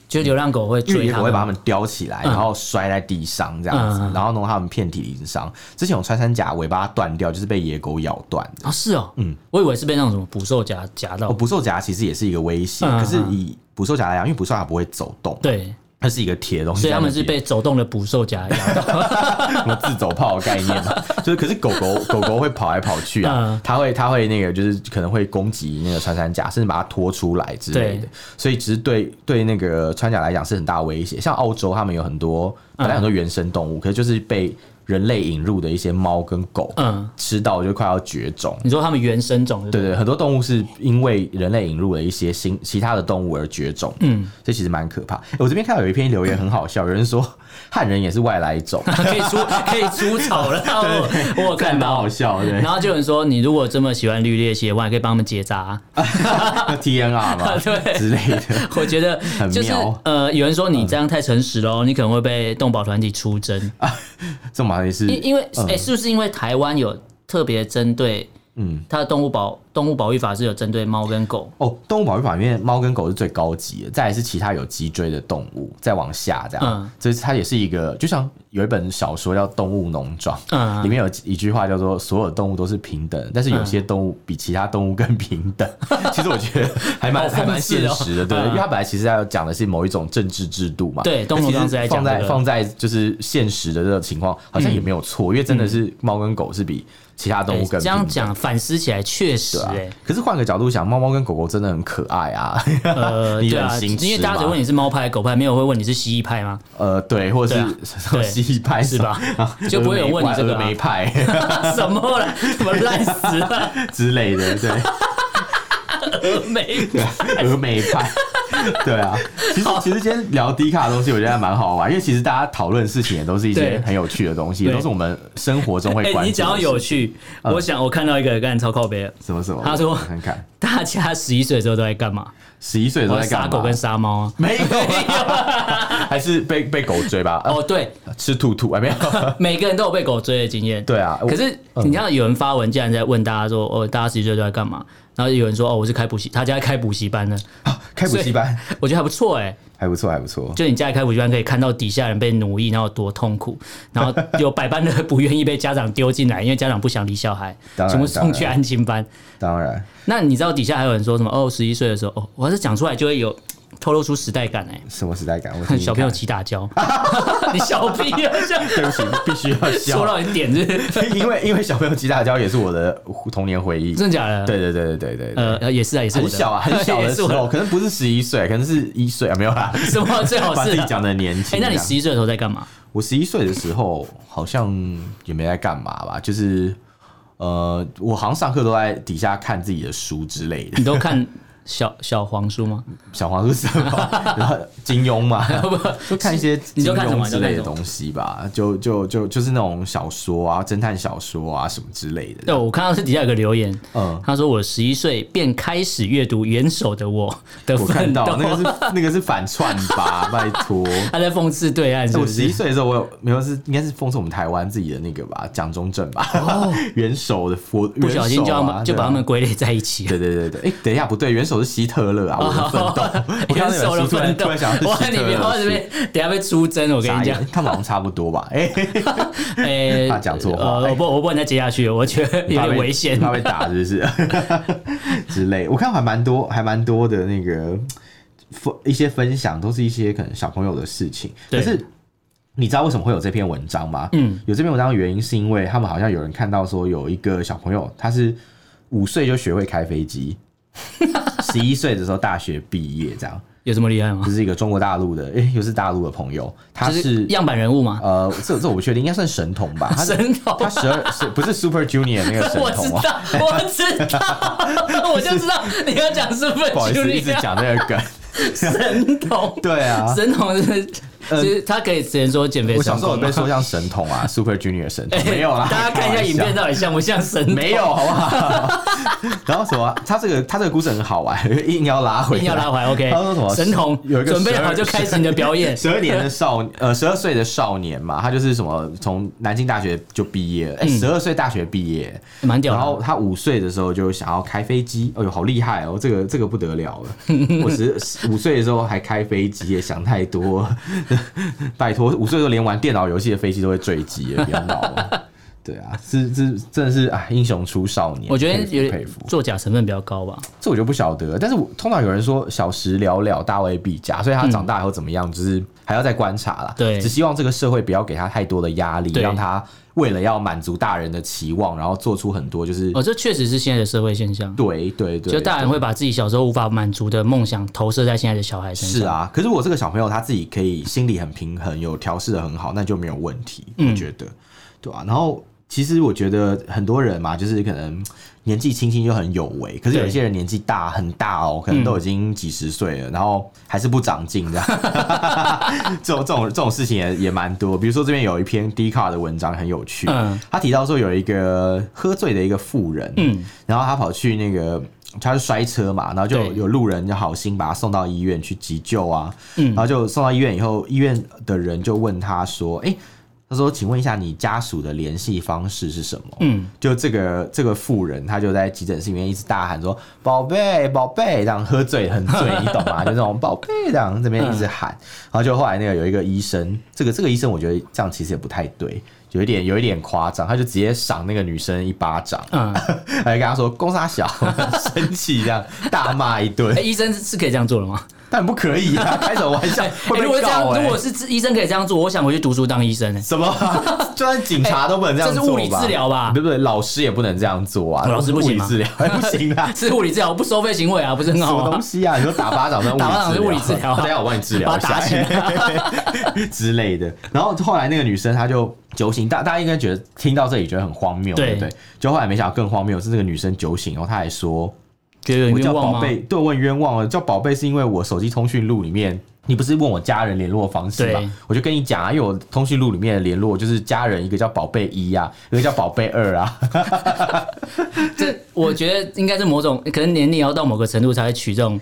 Speaker 1: 就是流浪狗会
Speaker 2: 因为
Speaker 1: 追
Speaker 2: 野
Speaker 1: 它
Speaker 2: 狗会把它
Speaker 1: 们。嗯
Speaker 2: 们叼起来，然后摔在地上这样
Speaker 1: 嗯
Speaker 2: 子，
Speaker 1: 嗯嗯
Speaker 2: 然后弄它们遍体鳞伤。之前有穿山甲尾巴断掉，就是被野狗咬断的。
Speaker 1: 啊，是哦，嗯，我以为是被那种什么捕兽夹夹
Speaker 2: 哦，
Speaker 1: 到。
Speaker 2: 捕兽夹其实也是一个威胁，
Speaker 1: 嗯嗯
Speaker 2: 可是以捕兽夹来讲，因为捕兽夹不会走动，
Speaker 1: 对，
Speaker 2: 它是一个铁的东西
Speaker 1: 所
Speaker 2: 在
Speaker 1: 以
Speaker 2: 那
Speaker 1: 他
Speaker 2: 边，
Speaker 1: 们是被走动的捕兽 夹咬到。
Speaker 2: 什么自走炮的概念嘛，就是可是狗狗狗狗会跑来跑去啊
Speaker 1: 嗯，
Speaker 2: 它会它会那个就是可能会攻击那个穿山甲，甚至把它拖出来之类的
Speaker 1: 对，
Speaker 2: 所以其实对对那个穿甲来讲是很大威胁。像澳洲他们有很多本
Speaker 1: 嗯
Speaker 2: 来很多原生动物，可是就是被人类引入的一些猫跟狗，
Speaker 1: 嗯
Speaker 2: 吃到就快要绝种。
Speaker 1: 你说他们原生种
Speaker 2: 对
Speaker 1: 不
Speaker 2: 对，很多动物是因为人类引入了一些新其他的动物而绝种，嗯，这其实蛮可怕。诶我这边看到有一篇留言很好笑，有人说汉人也是外来 种，
Speaker 1: 可以出可以出草 了，哦我我有
Speaker 2: 这还
Speaker 1: 看
Speaker 2: 蛮
Speaker 1: 到
Speaker 2: 好。笑的。
Speaker 1: 然后就有人说，你如果这么喜欢绿鬣蜥的话，也可以帮他们结扎 啊、
Speaker 2: TNR 嘛，
Speaker 1: 对
Speaker 2: 之类的。
Speaker 1: 我觉得
Speaker 2: 很
Speaker 1: 就是
Speaker 2: 妙嗯
Speaker 1: 呃，有人说你这样太诚实喽，你可能会被动保团体出征。
Speaker 2: 这种好像也是，
Speaker 1: 因因为哎、是不是因为台湾有特别针对
Speaker 2: 嗯，
Speaker 1: 它的动物保动物保育法是有针对猫跟狗？
Speaker 2: 哦，动物保育法里面猫跟狗是最高级的，再来是其他有脊椎的动物，再往下这样
Speaker 1: 嗯，
Speaker 2: 这是它也是一个，就像有一本小说叫《动物农庄》，
Speaker 1: 嗯
Speaker 2: 里面有一句话叫做“所有动物都是平等的”，但是有
Speaker 1: 嗯
Speaker 2: 些动物比其他动物更 平等。其实我觉得还蛮
Speaker 1: 好讽刺哦
Speaker 2: 还蛮现实的，对，
Speaker 1: 嗯
Speaker 2: 因为它本来其实要讲的是某一种政治制度嘛，
Speaker 1: 对动物农庄是在
Speaker 2: 放
Speaker 1: 讲
Speaker 2: 在
Speaker 1: 这个嗯
Speaker 2: 放在就是现实的这个情况，好像也没有错，因为真的是猫跟狗是比其他动物
Speaker 1: 哎
Speaker 2: 更
Speaker 1: 这
Speaker 2: 平等
Speaker 1: 样。讲反思起来确实
Speaker 2: 对啊
Speaker 1: 哎、，
Speaker 2: 可是换个角度想，猫猫跟狗狗真的很可爱啊。
Speaker 1: 呃，
Speaker 2: 你
Speaker 1: 对
Speaker 2: 忍
Speaker 1: 啊，
Speaker 2: 心吃
Speaker 1: 因为大家只
Speaker 2: 吗
Speaker 1: 问你是猫派狗派，没有人会问你是蜥蜴派 吗？
Speaker 2: 呃，对，或者是什么
Speaker 1: 对啊
Speaker 2: 蜥蜴派
Speaker 1: 是吧
Speaker 2: 什么？
Speaker 1: 就不会有人问你这个啊
Speaker 2: 峨眉派
Speaker 1: 什么啦？怎么烂死了？
Speaker 2: 之类的，对，
Speaker 1: 没
Speaker 2: 对啊， 峨眉派。对啊，其实其实今天聊低卡的东西，我觉得还蛮好玩，因为其实大家讨论事情也都是一些
Speaker 1: 对
Speaker 2: 很有趣的东西，也
Speaker 1: 对
Speaker 2: 都是我们生活中会
Speaker 1: 哎、
Speaker 2: 关
Speaker 1: 你
Speaker 2: 注
Speaker 1: 讲到
Speaker 2: 的
Speaker 1: 有
Speaker 2: 事。
Speaker 1: 趣，
Speaker 2: 嗯
Speaker 1: 我想我看到一个干超靠北的，
Speaker 2: 什么什么？
Speaker 1: 他说
Speaker 2: 我看看，
Speaker 1: 大家十一岁的时候都在干嘛？
Speaker 2: 十一岁都
Speaker 1: 我
Speaker 2: 在干
Speaker 1: 杀
Speaker 2: 嘛？
Speaker 1: 狗跟杀猫 啊。
Speaker 2: 没有， 还是被被狗追吧？啊
Speaker 1: 哦，对，
Speaker 2: 吃兔兔啊？没有，
Speaker 1: 每个人都有被狗追的经验。
Speaker 2: 对啊。我
Speaker 1: 可是你看，有人发文竟然在问大家说：“哦，大家十一岁都在干嘛？”然后有人说哦，我是开补习，他家开补习班的，
Speaker 2: 啊，开补习班
Speaker 1: 我觉得还不错哎、
Speaker 2: 还不错，还不错。
Speaker 1: 就你家里开补习班，可以看到底下人被奴役，然后有多痛苦，然后 有百般的不愿意被家长丢进来，因为家长不想理小孩，
Speaker 2: 当然
Speaker 1: 全部送去
Speaker 2: 当然
Speaker 1: 安亲班。
Speaker 2: 当然
Speaker 1: 那你知道底下还有人说什么？哦，十一岁的时候，哦，我要是讲出来就会有透露出时代感 哎、
Speaker 2: 什么时代感？我听
Speaker 1: 看
Speaker 2: 听
Speaker 1: 小朋友
Speaker 2: 看
Speaker 1: 起打 跤，你小屁啊！这样
Speaker 2: 对不起，必须要
Speaker 1: 说
Speaker 2: 笑，
Speaker 1: 到你点是不是
Speaker 2: 因为因为小朋友骑大跤也是我的童年回忆。
Speaker 1: 真的假的？，
Speaker 2: 对对对对对对，
Speaker 1: 呃，也是啊，也是我
Speaker 2: 很
Speaker 1: 的
Speaker 2: 小啊，很 小
Speaker 1: 也
Speaker 2: 的
Speaker 1: 是
Speaker 2: 时
Speaker 1: 我
Speaker 2: 候，
Speaker 1: 的
Speaker 2: 可能不是十一岁，可能是一岁啊，没有 啦，
Speaker 1: 什么最好
Speaker 2: 把
Speaker 1: 是
Speaker 2: 自己
Speaker 1: 啊？
Speaker 2: 讲的年
Speaker 1: 哎
Speaker 2: 轻。，
Speaker 1: 那你
Speaker 2: 这样
Speaker 1: 十一岁的时候在干嘛？
Speaker 2: 我十一岁的时候好像也没在干嘛吧，就是呃，我好像上课都在底下看自己的书之类的，
Speaker 1: 你都看小小黄书吗？
Speaker 2: 小黄书是什 么，然后金庸嘛，就看一些
Speaker 1: 你
Speaker 2: 金
Speaker 1: 就看什么
Speaker 2: 庸
Speaker 1: 你
Speaker 2: 之
Speaker 1: 就看
Speaker 2: 类
Speaker 1: 什
Speaker 2: 的
Speaker 1: 么
Speaker 2: 东西吧，就就就就是那种小说啊、侦探小说啊什么之类
Speaker 1: 对，
Speaker 2: 的。
Speaker 1: 我看到是底下有个留言，
Speaker 2: 嗯，
Speaker 1: 他说我十一岁便开始阅读《元首的我》的
Speaker 2: 我看
Speaker 1: 奋斗
Speaker 2: 到，那个是那个是反串 吧，拜托。
Speaker 1: 他在讽刺对岸是
Speaker 2: 在我
Speaker 1: 不
Speaker 2: 十一
Speaker 1: 是？
Speaker 2: 岁的时候，我有没有是应该是封是我们台湾自己的那个吧，蒋中正吧， 元首的佛，
Speaker 1: 哦不小心就
Speaker 2: 元
Speaker 1: 要
Speaker 2: 首啊
Speaker 1: 把就
Speaker 2: 对啊
Speaker 1: 把他们归类在一起了。
Speaker 2: 对对对对，哎、等一下，不对，元首是希特勒啊！我的奋 斗，我看
Speaker 1: 哦元
Speaker 2: 到那
Speaker 1: 首
Speaker 2: 本
Speaker 1: 的
Speaker 2: 书突
Speaker 1: 奋
Speaker 2: 然
Speaker 1: 斗，
Speaker 2: 突然想到
Speaker 1: 哇！
Speaker 2: 是希
Speaker 1: 你
Speaker 2: 特
Speaker 1: 不
Speaker 2: 勒
Speaker 1: 要
Speaker 2: 的
Speaker 1: 这
Speaker 2: 书
Speaker 1: 边，等下被出征，我跟
Speaker 2: 傻
Speaker 1: 你讲
Speaker 2: 眼，，他们好像差不多吧？哎、
Speaker 1: 哎，
Speaker 2: 怕讲错话
Speaker 1: 呃，我不，我不能再接下去了，我觉得有
Speaker 2: 怕
Speaker 1: 点
Speaker 2: 被
Speaker 1: 危险。
Speaker 2: 怕被打是不是？ 之类，我看还蛮多，还蛮多的那个分一些分享，都是一些可能小朋友的事情，
Speaker 1: 对
Speaker 2: 可是。你知道为什么会有这篇文章吗？嗯，有这篇文章的原因是因为他们好像有人看到说有一个小朋友，他是五岁就学会开飞机，十一岁的时候大学毕业这样，
Speaker 1: 有这么厉害吗
Speaker 2: 这？是一个中国大陆的，诶、又是大陆的朋友，他、
Speaker 1: 就是是样板人物嘛，
Speaker 2: 呃，这这我不确定，应该算神童吧？他是
Speaker 1: 神童
Speaker 2: 他十二是不是 Super Junior 那个神
Speaker 1: 我知
Speaker 2: 童啊？啊
Speaker 1: 道，我知道， 我就知道你要讲是不是
Speaker 2: 不好意思，一直
Speaker 1: Julia
Speaker 2: 讲那个梗。
Speaker 1: 神 童，
Speaker 2: 对 啊，呃
Speaker 1: 神童是，其实他可以只能说减肥
Speaker 2: 我小
Speaker 1: 成
Speaker 2: 时候有
Speaker 1: 功
Speaker 2: 被
Speaker 1: 嘛。
Speaker 2: 说像神童 啊，Super Junior 神童没有啦，
Speaker 1: 哎大家看一下影
Speaker 2: 开玩笑
Speaker 1: 片，到底像不像神童？
Speaker 2: 没有，好不好？ 然后什么？啊他这个他这个故事很好玩， 硬要拉回，
Speaker 1: 硬要拉回来，OK。
Speaker 2: 他说什么
Speaker 1: 神童
Speaker 2: 有一个
Speaker 1: 准备
Speaker 2: 12
Speaker 1: 好就开始你的表演。
Speaker 2: 十二年的少呃十二岁的少年嘛，他就是什么从南京大学就毕业了，哎、
Speaker 1: 嗯
Speaker 2: 十二岁大学毕业，
Speaker 1: 蛮屌的
Speaker 2: 然后他五岁的时候就想要开飞机，哎呦好厉害哦，这个这个不 得了了。我十五岁的时候还开飞机，也想太多， 拜托，五岁的时候连玩电脑游戏的飞机都会坠机了，不要 闹了。对啊，是是真的是啊，英雄出少年，
Speaker 1: 我觉得
Speaker 2: 佩服
Speaker 1: 有
Speaker 2: 佩
Speaker 1: 点
Speaker 2: 服。
Speaker 1: 作假成分比较高吧。
Speaker 2: 这我就不晓得了，但是我通常有人说小时了了，大未必佳，所以他长大以后怎么样，就是还要再观察啦。
Speaker 1: 嗯对
Speaker 2: 只希望这个社会不要给他太多的压力，
Speaker 1: 对
Speaker 2: 让他为了要满足大人的期望，然后做出很多就是、
Speaker 1: 哦，这确实是现在的社会现象，
Speaker 2: 对对对，
Speaker 1: 就大人
Speaker 2: 对
Speaker 1: 会把自己小时候无法满足的梦想投射在现在的小孩身上。
Speaker 2: 是，啊。可是我这个小朋友他自己可以心理很平衡，有调试的很好，那就没有问题，
Speaker 1: 嗯
Speaker 2: 我觉得，对啊。然后其实我觉得很多人嘛，就是可能。年纪轻轻就很有为，可是有一些人年纪大很大哦，可能都已经几十岁了，然后还是不长进这样。 这种这种这种事情也也蛮多。比如说这边有一篇 D 卡的文章很有趣，
Speaker 1: 嗯
Speaker 2: 他提到说有一个喝醉的一个妇人，然后他跑去那个。他就摔车嘛，然后就有
Speaker 1: 对
Speaker 2: 有路人就好心把他送到医院去急救啊，
Speaker 1: 嗯
Speaker 2: 然后就送到医院以后，医院的人就问他说：“哎、他说，请问一下你家属的联系方式是什么？”
Speaker 1: 嗯，
Speaker 2: 就这个这个妇人，她就在急诊室里面一直大喊说：“宝贝，宝贝！”这样喝醉很醉，你 懂吗？就那种宝贝这样这边一直喊，
Speaker 1: 嗯
Speaker 2: 然后就后来那个有一个医生，这个这个医生我觉得这样其实也不太对，有一点有一点夸张，他就直接赏那个女生一巴掌，
Speaker 1: 嗯，
Speaker 2: 还跟她说“公杀小”， 生气这样大骂一顿
Speaker 1: 哎，，医生是可以这样做的吗？
Speaker 2: 但不可以啊，开什么玩笑 会
Speaker 1: 哎如
Speaker 2: 被
Speaker 1: 果这
Speaker 2: 告
Speaker 1: 样，
Speaker 2: 哎、
Speaker 1: 如果是医生可以这样做，我想回去读书当医生欸呢。
Speaker 2: 什么？ 就算警察都不能这样
Speaker 1: 哎这
Speaker 2: 做
Speaker 1: 是
Speaker 2: 吧？
Speaker 1: 物理治疗吧
Speaker 2: 对不对？老师也不能这样做啊！
Speaker 1: 老师不
Speaker 2: 物
Speaker 1: 行
Speaker 2: 理
Speaker 1: 吗
Speaker 2: 治 疗、哎不行啊！
Speaker 1: 是物理治疗不收费行为啊，不是很
Speaker 2: 什
Speaker 1: 好
Speaker 2: 么
Speaker 1: 吗
Speaker 2: 东？西啊？你说打巴掌算
Speaker 1: 打巴掌是
Speaker 2: 物
Speaker 1: 物
Speaker 2: 理
Speaker 1: 理
Speaker 2: 治
Speaker 1: 治
Speaker 2: 疗
Speaker 1: 疗
Speaker 2: 啊？
Speaker 1: 啊
Speaker 2: 等一下我帮你治疗一
Speaker 1: 把
Speaker 2: 下
Speaker 1: 他打醒
Speaker 2: 之类的。然后后来那个女生她就酒醒，大大家应该觉得听到这里觉得很荒谬，
Speaker 1: 对
Speaker 2: 对不对？就后来没想到更荒谬的是这个女生酒醒，然后她还说
Speaker 1: 觉得有
Speaker 2: 我叫
Speaker 1: 冤枉
Speaker 2: 宝
Speaker 1: 吗？
Speaker 2: 贝，对，我很冤枉啊了。叫宝贝是因为我手机通讯录里面，你不是问我家人联络方式吗
Speaker 1: 对？
Speaker 2: 我就跟你讲啊，因为我通讯录里面的联络就是家人一个叫宝贝一啊，一个叫宝贝二啊。
Speaker 1: 这我觉得应该是某种，可能年龄要到某个程度才会取这种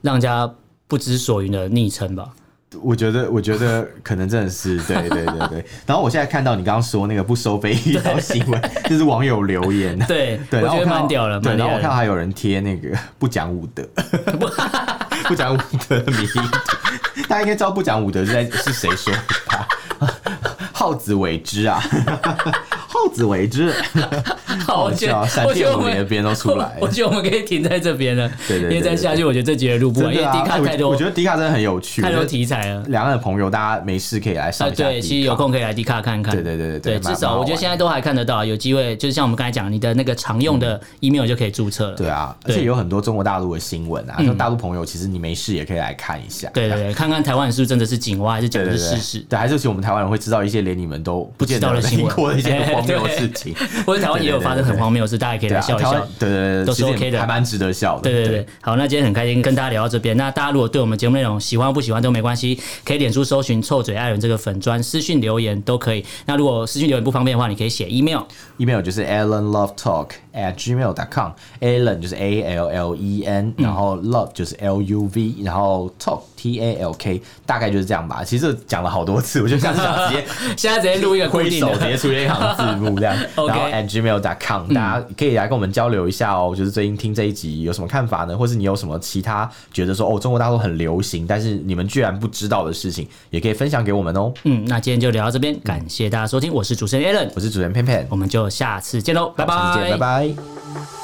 Speaker 1: 让人家不知所云的昵称吧。
Speaker 2: 我觉得，我觉得可能真的是对对对对。然后我现在看到你刚刚说那个不收费医疗行 为，这是网友留言。
Speaker 1: 对，
Speaker 2: 对，
Speaker 1: 我
Speaker 2: 然
Speaker 1: 觉
Speaker 2: 后
Speaker 1: 得
Speaker 2: 看到
Speaker 1: 蛮屌了，
Speaker 2: 对，
Speaker 1: 蛮厉
Speaker 2: 然
Speaker 1: 害
Speaker 2: 后我看到
Speaker 1: 的。
Speaker 2: 还有人贴那 个不讲武德，不讲武德的迷因，大家应该知道不讲武德是在是谁说的吧？耗子尾之啊， 耗子尾之，
Speaker 1: 好，我觉得
Speaker 2: 好
Speaker 1: 我觉
Speaker 2: 笑闪
Speaker 1: 得
Speaker 2: 电
Speaker 1: 我
Speaker 2: 五
Speaker 1: 们
Speaker 2: 连边都出来
Speaker 1: 我我觉得我们可以停在这边了，
Speaker 2: 对对对对
Speaker 1: 因为再下去我觉得这集也录不
Speaker 2: 真
Speaker 1: 完，因为
Speaker 2: 的啊！
Speaker 1: 迪卡
Speaker 2: 哎我
Speaker 1: 太多
Speaker 2: 我觉得迪卡真的很有趣。
Speaker 1: 太多
Speaker 2: 我觉得
Speaker 1: 题材了。
Speaker 2: 两岸的朋友，大家没事可以来
Speaker 1: 啊，
Speaker 2: 上一下迪卡。
Speaker 1: 对，其实有空可以来迪卡看看。
Speaker 2: 对对对对对
Speaker 1: 对，
Speaker 2: 蛮
Speaker 1: 至少我觉得现在都还看得到，有机会就是像我们刚才讲，你的那个常用的 email 就可以注册了。
Speaker 2: 嗯对啊，而
Speaker 1: 对嗯
Speaker 2: 且有很多中国大陆的新闻啊，像大陆朋友，其实你没事也可以来看一下。
Speaker 1: 对对对，看看台湾是不是真的是井蛙，还是讲
Speaker 2: 对
Speaker 1: 的
Speaker 2: 对
Speaker 1: 是
Speaker 2: 对
Speaker 1: 事实，
Speaker 2: 对，还是其实我们台湾人会知道一些连你们都不见
Speaker 1: 不
Speaker 2: 得
Speaker 1: 知道的新
Speaker 2: 听
Speaker 1: 闻
Speaker 2: 过的一些
Speaker 1: 哎
Speaker 2: 荒谬 的
Speaker 1: 对
Speaker 2: 事情。
Speaker 1: 或者台湾也有发生很荒谬的事，大家也可以
Speaker 2: 对
Speaker 1: 来
Speaker 2: 啊，
Speaker 1: 笑一
Speaker 2: 台湾
Speaker 1: 笑。
Speaker 2: 对对
Speaker 1: 都
Speaker 2: 对，
Speaker 1: 是
Speaker 2: 其实
Speaker 1: OK 的
Speaker 2: 还蛮值得笑的。
Speaker 1: 对对对，好，那今天很开心跟大家聊到这边。那大家如果对我们节目内容喜欢或不喜欢都没关系，可以脸书搜寻“臭嘴爱人”这个粉砖，私讯留言都可以。那如果私讯留言不方便的话，你可以写 email。
Speaker 2: email 就是 allenlovetalk at gmail dot com，allen 就是 a l l e n，然
Speaker 1: 嗯
Speaker 2: 后 love 就是 l u v，然后 talk t a l k，大概就是这样吧。其实讲了好多次，我就想想直接
Speaker 1: 现在直接录一个固
Speaker 2: 挥
Speaker 1: 定
Speaker 2: 手直
Speaker 1: 的，
Speaker 2: 接出现一行字 幕这样，
Speaker 1: OK 嗯
Speaker 2: 然后 at gmail dot com，大家可以来跟我们交流一下哦。就是最近听这一集有什么看法呢？或是你有什么其他觉得说哦中国大陆很流行，但是你们居然不知道的事情，也可以分享给我们哦。
Speaker 1: 嗯，那今天就聊到这边，感谢大家收听，我是主持人 Alan，
Speaker 2: 我是主持人片片，
Speaker 1: 我们就下次见喽，拜
Speaker 2: 下次
Speaker 1: 拜，
Speaker 2: 见，拜拜。